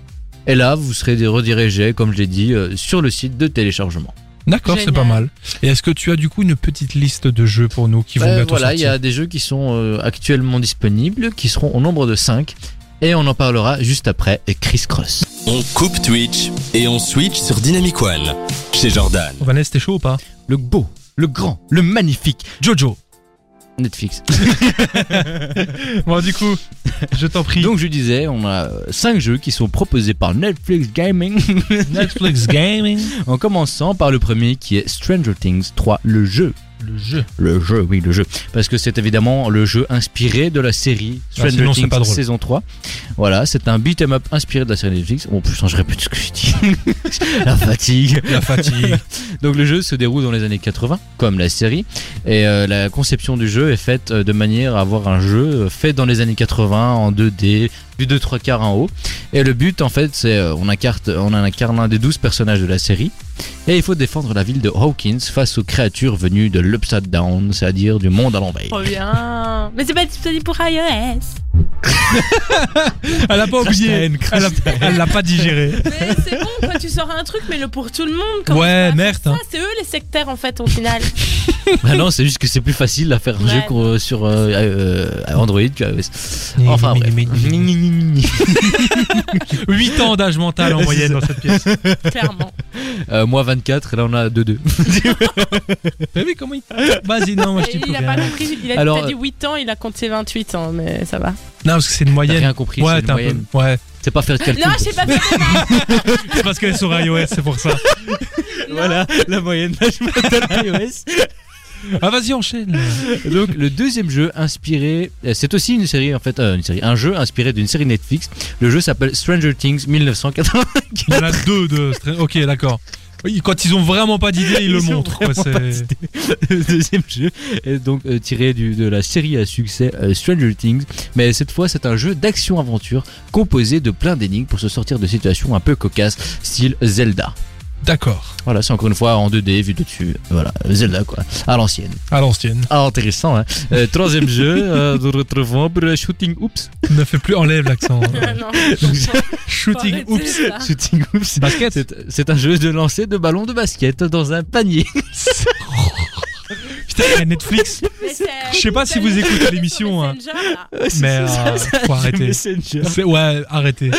Speaker 3: Et là, vous serez redirigé, comme je l'ai dit, euh, sur le site de téléchargement.
Speaker 2: D'accord, c'est
Speaker 5: Génial.
Speaker 2: pas mal. Et est-ce que tu as du coup une petite liste de jeux pour nous qui vont
Speaker 3: Euh,
Speaker 2: bientôt
Speaker 3: voilà, il y
Speaker 2: sortir
Speaker 3: a des jeux qui sont euh, actuellement disponibles, qui seront au nombre de 5. Et on en parlera juste après et Chris Cross.
Speaker 1: On coupe Twitch et on switch sur Dynamic One. Chez Jordan.
Speaker 2: Oh, Vanessa, t'es chaud ou pas
Speaker 3: Le beau, le grand, le magnifique
Speaker 2: Jojo.
Speaker 3: Netflix.
Speaker 2: Bon, du coup, je t'en prie.
Speaker 3: Donc je disais, on a 5 jeux qui sont proposés par Netflix Gaming.
Speaker 2: Netflix Gaming.
Speaker 3: En commençant par le premier qui est Stranger Things 3, le jeu.
Speaker 2: Le jeu.
Speaker 3: Le jeu, oui, le jeu. Parce que c'est évidemment le jeu inspiré de la série Stranger
Speaker 2: Ah, sinon, c'est
Speaker 3: Things
Speaker 2: pas drôle.
Speaker 3: saison 3. Voilà, c'est un beat'em up inspiré de la série Netflix. Bon, putain, je répète ce que j'ai dit. la fatigue.
Speaker 2: La fatigue.
Speaker 3: Donc le jeu se déroule dans les années 80, comme la série, et euh, la conception du jeu est faite euh, de manière à avoir un jeu euh, fait dans les années 80 en 2D, du 2 3 quarts en haut. Et le but en fait c'est euh, on, incarne, on incarne un des 12 personnages de la série, et il faut défendre la ville de Hawkins face aux créatures venues de l'Upside Down, c'est-à-dire du monde à l'envers.
Speaker 5: Trop bien. Mais c'est pas disponible pour iOS.
Speaker 2: Elle a pas oublié. Elle a- Elle l'a pas digéré.
Speaker 5: Mais c'est bon, quoi, tu sors un truc, mais le pour tout le monde. comment
Speaker 2: Ouais,
Speaker 5: tu vas faire
Speaker 2: merde,
Speaker 5: ça Ah,
Speaker 2: hein.
Speaker 5: C'est eux les sectaires en fait au final.
Speaker 3: Bah non, c'est juste que c'est plus facile à faire un
Speaker 5: Ouais.
Speaker 3: jeu qu'au- sur euh, euh, Android qu'iOS. Enfin bref.
Speaker 2: 8 ans d'âge mental en moyenne dans cette pièce.
Speaker 5: Clairement.
Speaker 3: Euh, moi 24 et là on a 2-2.
Speaker 2: T'as vu comment il. Vas-y, non, moi je
Speaker 5: Et
Speaker 2: t'y peux
Speaker 5: il a
Speaker 2: rien.
Speaker 5: pas
Speaker 2: Non,
Speaker 5: compris. Il a
Speaker 3: Alors,
Speaker 5: t'as dit 8 ans, il a compté 28 ans, mais ça va.
Speaker 2: parce que c'est une
Speaker 3: T'as
Speaker 2: moyenne.
Speaker 3: rien compris,
Speaker 2: Ouais,
Speaker 3: c'est une
Speaker 2: t'as un
Speaker 3: moyenne.
Speaker 2: peu. Ouais.
Speaker 3: C'est pas faire de calcul.
Speaker 5: Non, je sais pas fait des maths.
Speaker 2: C'est parce qu'elle est sur iOS, c'est pour ça.
Speaker 3: Voilà, la moyenne d'âge mental iOS.
Speaker 2: Ah, vas-y, enchaîne.
Speaker 3: Donc le deuxième jeu inspiré, euh, c'est aussi une série en fait, euh, une série, un jeu inspiré d'une série Netflix. Le jeu s'appelle Stranger Things 1980.
Speaker 2: Il y en a deux de. Ok, d'accord. Oui, Quand ils ont vraiment pas d'idée, ils le
Speaker 3: Ils ont
Speaker 2: montrent. quoi,
Speaker 3: vraiment
Speaker 2: c'est-
Speaker 3: pas d'idée. le deuxième jeu est donc euh, tiré du- de la série à succès euh, Stranger Things, mais cette fois c'est un jeu d'action-aventure composé de plein d'énigmes pour se sortir de situations un peu cocasses, style Zelda.
Speaker 2: D'accord.
Speaker 3: Voilà, c'est encore une fois en 2D vu de dessus. Voilà, Zelda quoi, à l'ancienne.
Speaker 2: À l'ancienne.
Speaker 3: Ah, intéressant. Hein. Euh, troisième jeu, euh, nous retrouvons pour le Shooting Oops.
Speaker 2: Ne fais plus, enlève l'accent.
Speaker 5: Non,
Speaker 2: Shooting,
Speaker 5: Faut arrêter
Speaker 2: oups.
Speaker 5: ça.
Speaker 3: Shooting Oops. Basket. C'est, c'est un jeu de lancer de ballons de basket dans un panier.
Speaker 2: Putain, il y a Netflix.
Speaker 5: Mais c'est-
Speaker 2: Je sais pas si vous écoutez l'émission, hein.
Speaker 5: Messenger, là.
Speaker 2: Mais euh, faut arrêter.
Speaker 3: Messenger.
Speaker 2: C'est- Ouais, arrêtez.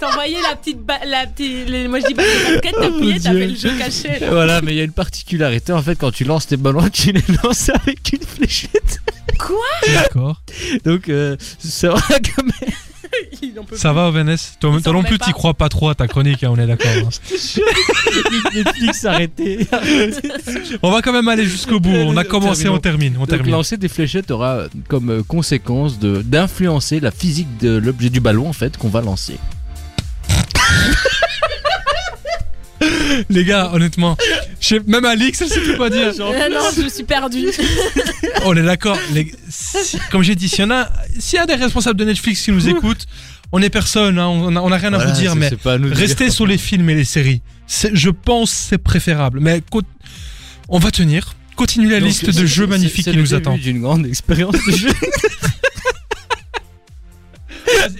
Speaker 5: T'envoyais la petite. ba- La petite les- moi je dis bah, les baskets, t'as
Speaker 2: Oh,
Speaker 3: mon
Speaker 5: plié, t'as
Speaker 3: Dieu.
Speaker 5: fait le jeu caché. là.
Speaker 3: Voilà, mais il y a une particularité en fait quand tu lances tes ballons, tu les lances avec une fléchette.
Speaker 2: D'accord.
Speaker 3: Donc euh, ça va quand même.
Speaker 5: Il en peut
Speaker 2: Ça
Speaker 5: plus.
Speaker 2: va, Vanessa Toi
Speaker 5: Il s'en
Speaker 2: toi non plus,
Speaker 5: remet
Speaker 2: t'y
Speaker 5: pas.
Speaker 2: crois pas trop à ta chronique, hein, on est d'accord. hein.
Speaker 3: Netflix arrêté.
Speaker 2: On va quand même aller jusqu'au bout. On a commencé, on termine. On
Speaker 3: Donc,
Speaker 2: termine.
Speaker 3: lancer des fléchettes aura euh, comme euh, conséquence de, d'influencer la physique de l'objet du ballon en fait qu'on va lancer.
Speaker 2: Les gars, honnêtement, je sais- même Alix, elle sait tout pas dire.
Speaker 5: Ah non, je suis perdue.
Speaker 2: On est d'accord. les- si- Comme j'ai dit, s'il y en a, s'il y a des responsables de Netflix qui nous écoutent, on est personne, hein, on a, on a rien à
Speaker 3: Voilà,
Speaker 2: vous dire,
Speaker 3: c'est-
Speaker 2: mais
Speaker 3: c'est pas à nous de dire.
Speaker 2: Rester sur les films et les séries, c'est- je pense c'est préférable. Mais co- on va tenir. Continue la
Speaker 3: Donc,
Speaker 2: liste de
Speaker 3: c'est-
Speaker 2: jeux
Speaker 3: c'est-
Speaker 2: magnifiques
Speaker 3: c'est
Speaker 2: qui
Speaker 3: le
Speaker 2: nous
Speaker 3: début
Speaker 2: attendent.
Speaker 3: d'une grande expérience de jeu.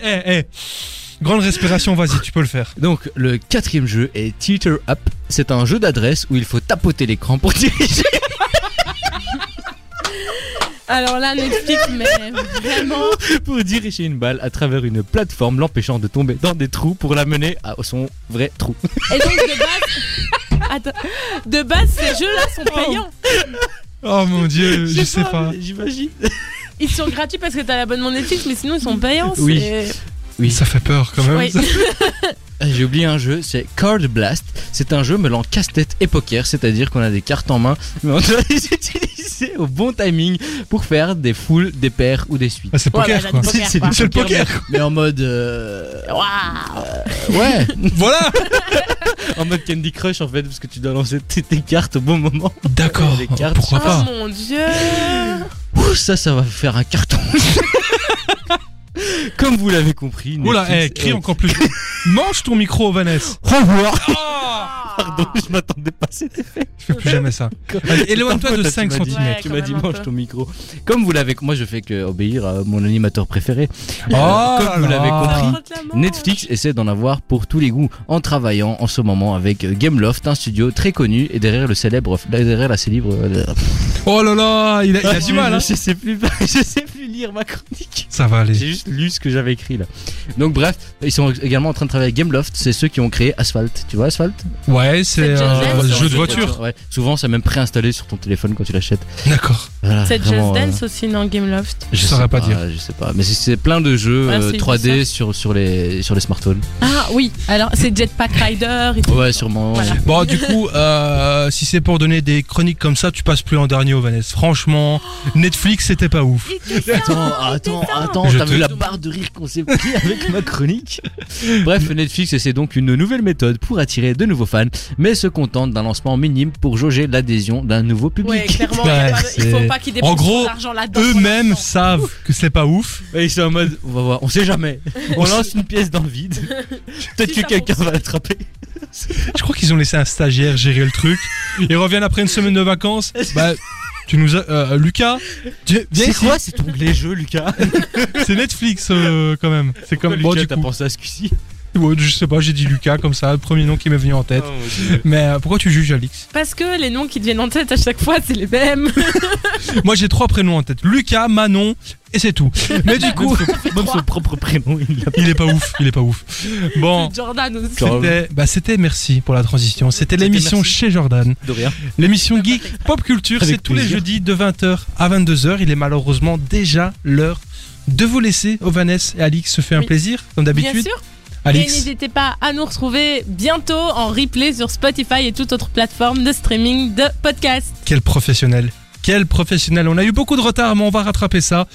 Speaker 2: Eh, eh, Grande respiration, vas-y, tu peux le faire.
Speaker 3: Donc le quatrième jeu est Teeter Up. C'est un jeu d'adresse où il faut tapoter l'écran pour diriger.
Speaker 5: Alors là, Netflix, mais vraiment.
Speaker 3: pour diriger une balle à travers une plateforme l'empêchant de tomber dans des trous pour la mener à son vrai trou.
Speaker 5: Et donc de base. Attends. De base, ces jeux-là sont payants.
Speaker 2: Oh mon dieu, je sais pas.
Speaker 3: J'imagine.
Speaker 5: Ils sont gratuits parce que t'as l'abonnement Netflix, mais sinon ils sont payants.
Speaker 3: Oui.
Speaker 5: c'est-
Speaker 3: Oui.
Speaker 2: Ça fait peur quand même.
Speaker 5: Oui.
Speaker 3: Ah, J'ai oublié un jeu, c'est Card Blast. C'est un jeu mêlant casse-tête et poker, c'est-à-dire qu'on a des cartes en main, mais on doit les utiliser au bon timing pour faire des foules, des paires ou des suites.
Speaker 2: Ah, c'est
Speaker 5: Ouais,
Speaker 2: poker
Speaker 5: bah,
Speaker 2: quoi.
Speaker 5: là,
Speaker 3: C'est- c'est
Speaker 5: quoi.
Speaker 3: du
Speaker 2: C'est le poker.
Speaker 3: Mais en mode... euh,
Speaker 5: Waouh.
Speaker 3: Ouais
Speaker 2: Voilà
Speaker 3: En mode Candy Crush en fait, parce que tu dois lancer tes, tes cartes au bon moment.
Speaker 2: D'accord,
Speaker 3: Les cartes.
Speaker 2: pourquoi
Speaker 5: Oh
Speaker 2: pas
Speaker 5: mon dieu.
Speaker 3: Ouh, ça, ça va faire un carton. Comme vous l'avez compris.
Speaker 2: Oula,
Speaker 3: Netflix euh.
Speaker 2: eh, crie
Speaker 3: est-
Speaker 2: encore plus. Mange ton micro, Vanessa.
Speaker 3: Au revoir. Pardon, je m'attendais pas à cette
Speaker 2: Je fais plus jamais ça.
Speaker 3: Allez,
Speaker 2: éloigne-toi de
Speaker 3: toi, tu
Speaker 2: 5
Speaker 3: m'as dit-
Speaker 5: centimètres. Ouais,
Speaker 3: Tu
Speaker 5: quand
Speaker 3: m'as dit
Speaker 5: même un
Speaker 3: mange
Speaker 5: peu.
Speaker 3: ton micro. Comme vous l'avez, moi je fais que obéir à mon animateur préféré.
Speaker 2: Oh
Speaker 3: comme vous
Speaker 2: là
Speaker 3: l'avez
Speaker 2: là.
Speaker 3: compris,
Speaker 5: Clairement.
Speaker 3: Netflix essaie d'en avoir pour tous les goûts en travaillant en ce moment avec euh, Gameloft, un studio très connu et derrière le célèbre, derrière la célèbre. euh,
Speaker 2: Oh là là, il a, il a du mal. hein.
Speaker 3: Je sais plus, je sais plus lire ma chronique.
Speaker 2: Ça va aller.
Speaker 3: J'ai juste lu ce que j'avais écrit là. Donc bref, ils sont également en train de travailler avec Gameloft, c'est ceux qui ont créé Asphalt. Tu vois Asphalt
Speaker 2: Ouais, c'est
Speaker 5: Cette
Speaker 2: un
Speaker 5: jeune
Speaker 2: jeu de
Speaker 5: sur-
Speaker 2: voiture.
Speaker 3: Ouais, souvent c'est même préinstallé sur ton téléphone quand tu l'achètes.
Speaker 2: D'accord.
Speaker 3: Voilà,
Speaker 5: C'est Just
Speaker 3: vraiment, euh,
Speaker 5: Dance aussi dans Game Loft.
Speaker 2: Je saurais
Speaker 3: sais
Speaker 2: pas dire.
Speaker 3: Je sais pas, mais c'est- c'est plein de jeux
Speaker 5: Ouais,
Speaker 3: euh,
Speaker 5: Ah, c'est
Speaker 3: 3D sur, sur, les, sur les smartphones.
Speaker 5: Ah oui, alors c'est Jetpack Rider. et tout.
Speaker 3: Ouais, sûrement.
Speaker 5: Voilà.
Speaker 2: Bon, du coup, euh, si c'est pour donner des chroniques comme ça, tu passes plus en dernier au Vanessa. Franchement, Netflix, c'était pas ouf.
Speaker 3: Attends, attends, attends,
Speaker 2: Je
Speaker 3: t'as
Speaker 2: te-
Speaker 3: vu la barre de rire qu'on s'est pris avec ma chronique Bref, Netflix essaie donc une nouvelle méthode pour attirer de nouveaux fans, mais se contente d'un lancement minime pour jauger l'adhésion d'un nouveau public.
Speaker 5: Ouais, clairement, il y
Speaker 2: Ouais,
Speaker 5: a pas- il faut
Speaker 2: c'est-
Speaker 5: pas qu'ils dépensent
Speaker 2: En gros,
Speaker 5: trop d'argent là-dedans. pour
Speaker 2: Eux-mêmes
Speaker 5: l'instant.
Speaker 2: savent que c'est pas ouf.
Speaker 3: Et ils sont en mode, on va voir, on sait jamais. On lance une pièce dans le vide. Peut-être
Speaker 5: Si
Speaker 3: que
Speaker 5: ça
Speaker 3: quelqu'un va l'attraper.
Speaker 2: Je crois qu'ils ont laissé un stagiaire gérer le truc. Ils reviennent après une semaine de vacances. Bah, tu nous as. euh, Lucas, tu- viens
Speaker 3: C'est
Speaker 2: ici.
Speaker 3: quoi cet onglet jeu, Lucas
Speaker 2: C'est Netflix euh, quand même. C'est comme.
Speaker 3: Pourquoi,
Speaker 2: Bon,
Speaker 3: Lucas,
Speaker 2: du
Speaker 3: t'as
Speaker 2: coup.
Speaker 3: pensé à ce coup-ci
Speaker 2: Ouais, je sais pas, j'ai dit Lucas comme ça, le premier nom qui m'est venu en tête.
Speaker 3: Oh, mon Dieu.
Speaker 2: Mais euh, pourquoi tu juges Alix
Speaker 5: Parce que les noms qui deviennent en tête à chaque fois, c'est les mêmes.
Speaker 2: Moi j'ai trois prénoms en tête Lucas, Manon, et c'est tout. Mais du coup,
Speaker 3: Même son propre prénom, il l'a
Speaker 2: il est pas ouf, il est pas ouf. Bon.
Speaker 5: Jordan aussi.
Speaker 3: Jordan.
Speaker 2: C'était, bah c'était merci pour la transition. C'était
Speaker 3: C'était
Speaker 2: l'émission
Speaker 3: merci.
Speaker 2: chez Jordan.
Speaker 3: de rien.
Speaker 2: L'émission geek pop culture,
Speaker 3: Avec
Speaker 2: c'est tous les
Speaker 3: plaisir.
Speaker 2: jeudis de 20h à 22h. Il est malheureusement déjà l'heure de vous laisser. Ovanès et Alix se fait un
Speaker 5: Oui.
Speaker 2: plaisir, comme
Speaker 5: Bien
Speaker 2: d'habitude.
Speaker 5: sûr. Et
Speaker 2: Alix,
Speaker 5: n'hésitez pas à nous retrouver bientôt en replay sur Spotify et toute autre plateforme de streaming de podcast.
Speaker 2: quel professionnel. Quel professionnel. On a eu beaucoup de retard, mais on va rattraper ça.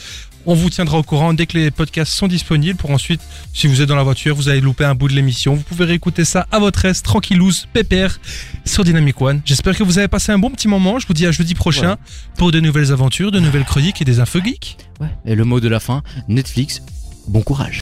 Speaker 2: On vous tiendra au courant dès que les podcasts sont disponibles pour ensuite, si vous êtes dans la voiture, vous avez loupé un bout de l'émission. Vous pouvez réécouter ça à votre aise, tranquillouse, pépère, sur Dynamic One. J'espère que vous avez passé un bon petit moment. Je vous dis à jeudi prochain
Speaker 3: Ouais.
Speaker 2: pour de nouvelles aventures, de nouvelles chroniques et des infos geeks.
Speaker 3: Ouais. Et le mot de la fin, Netflix, bon courage.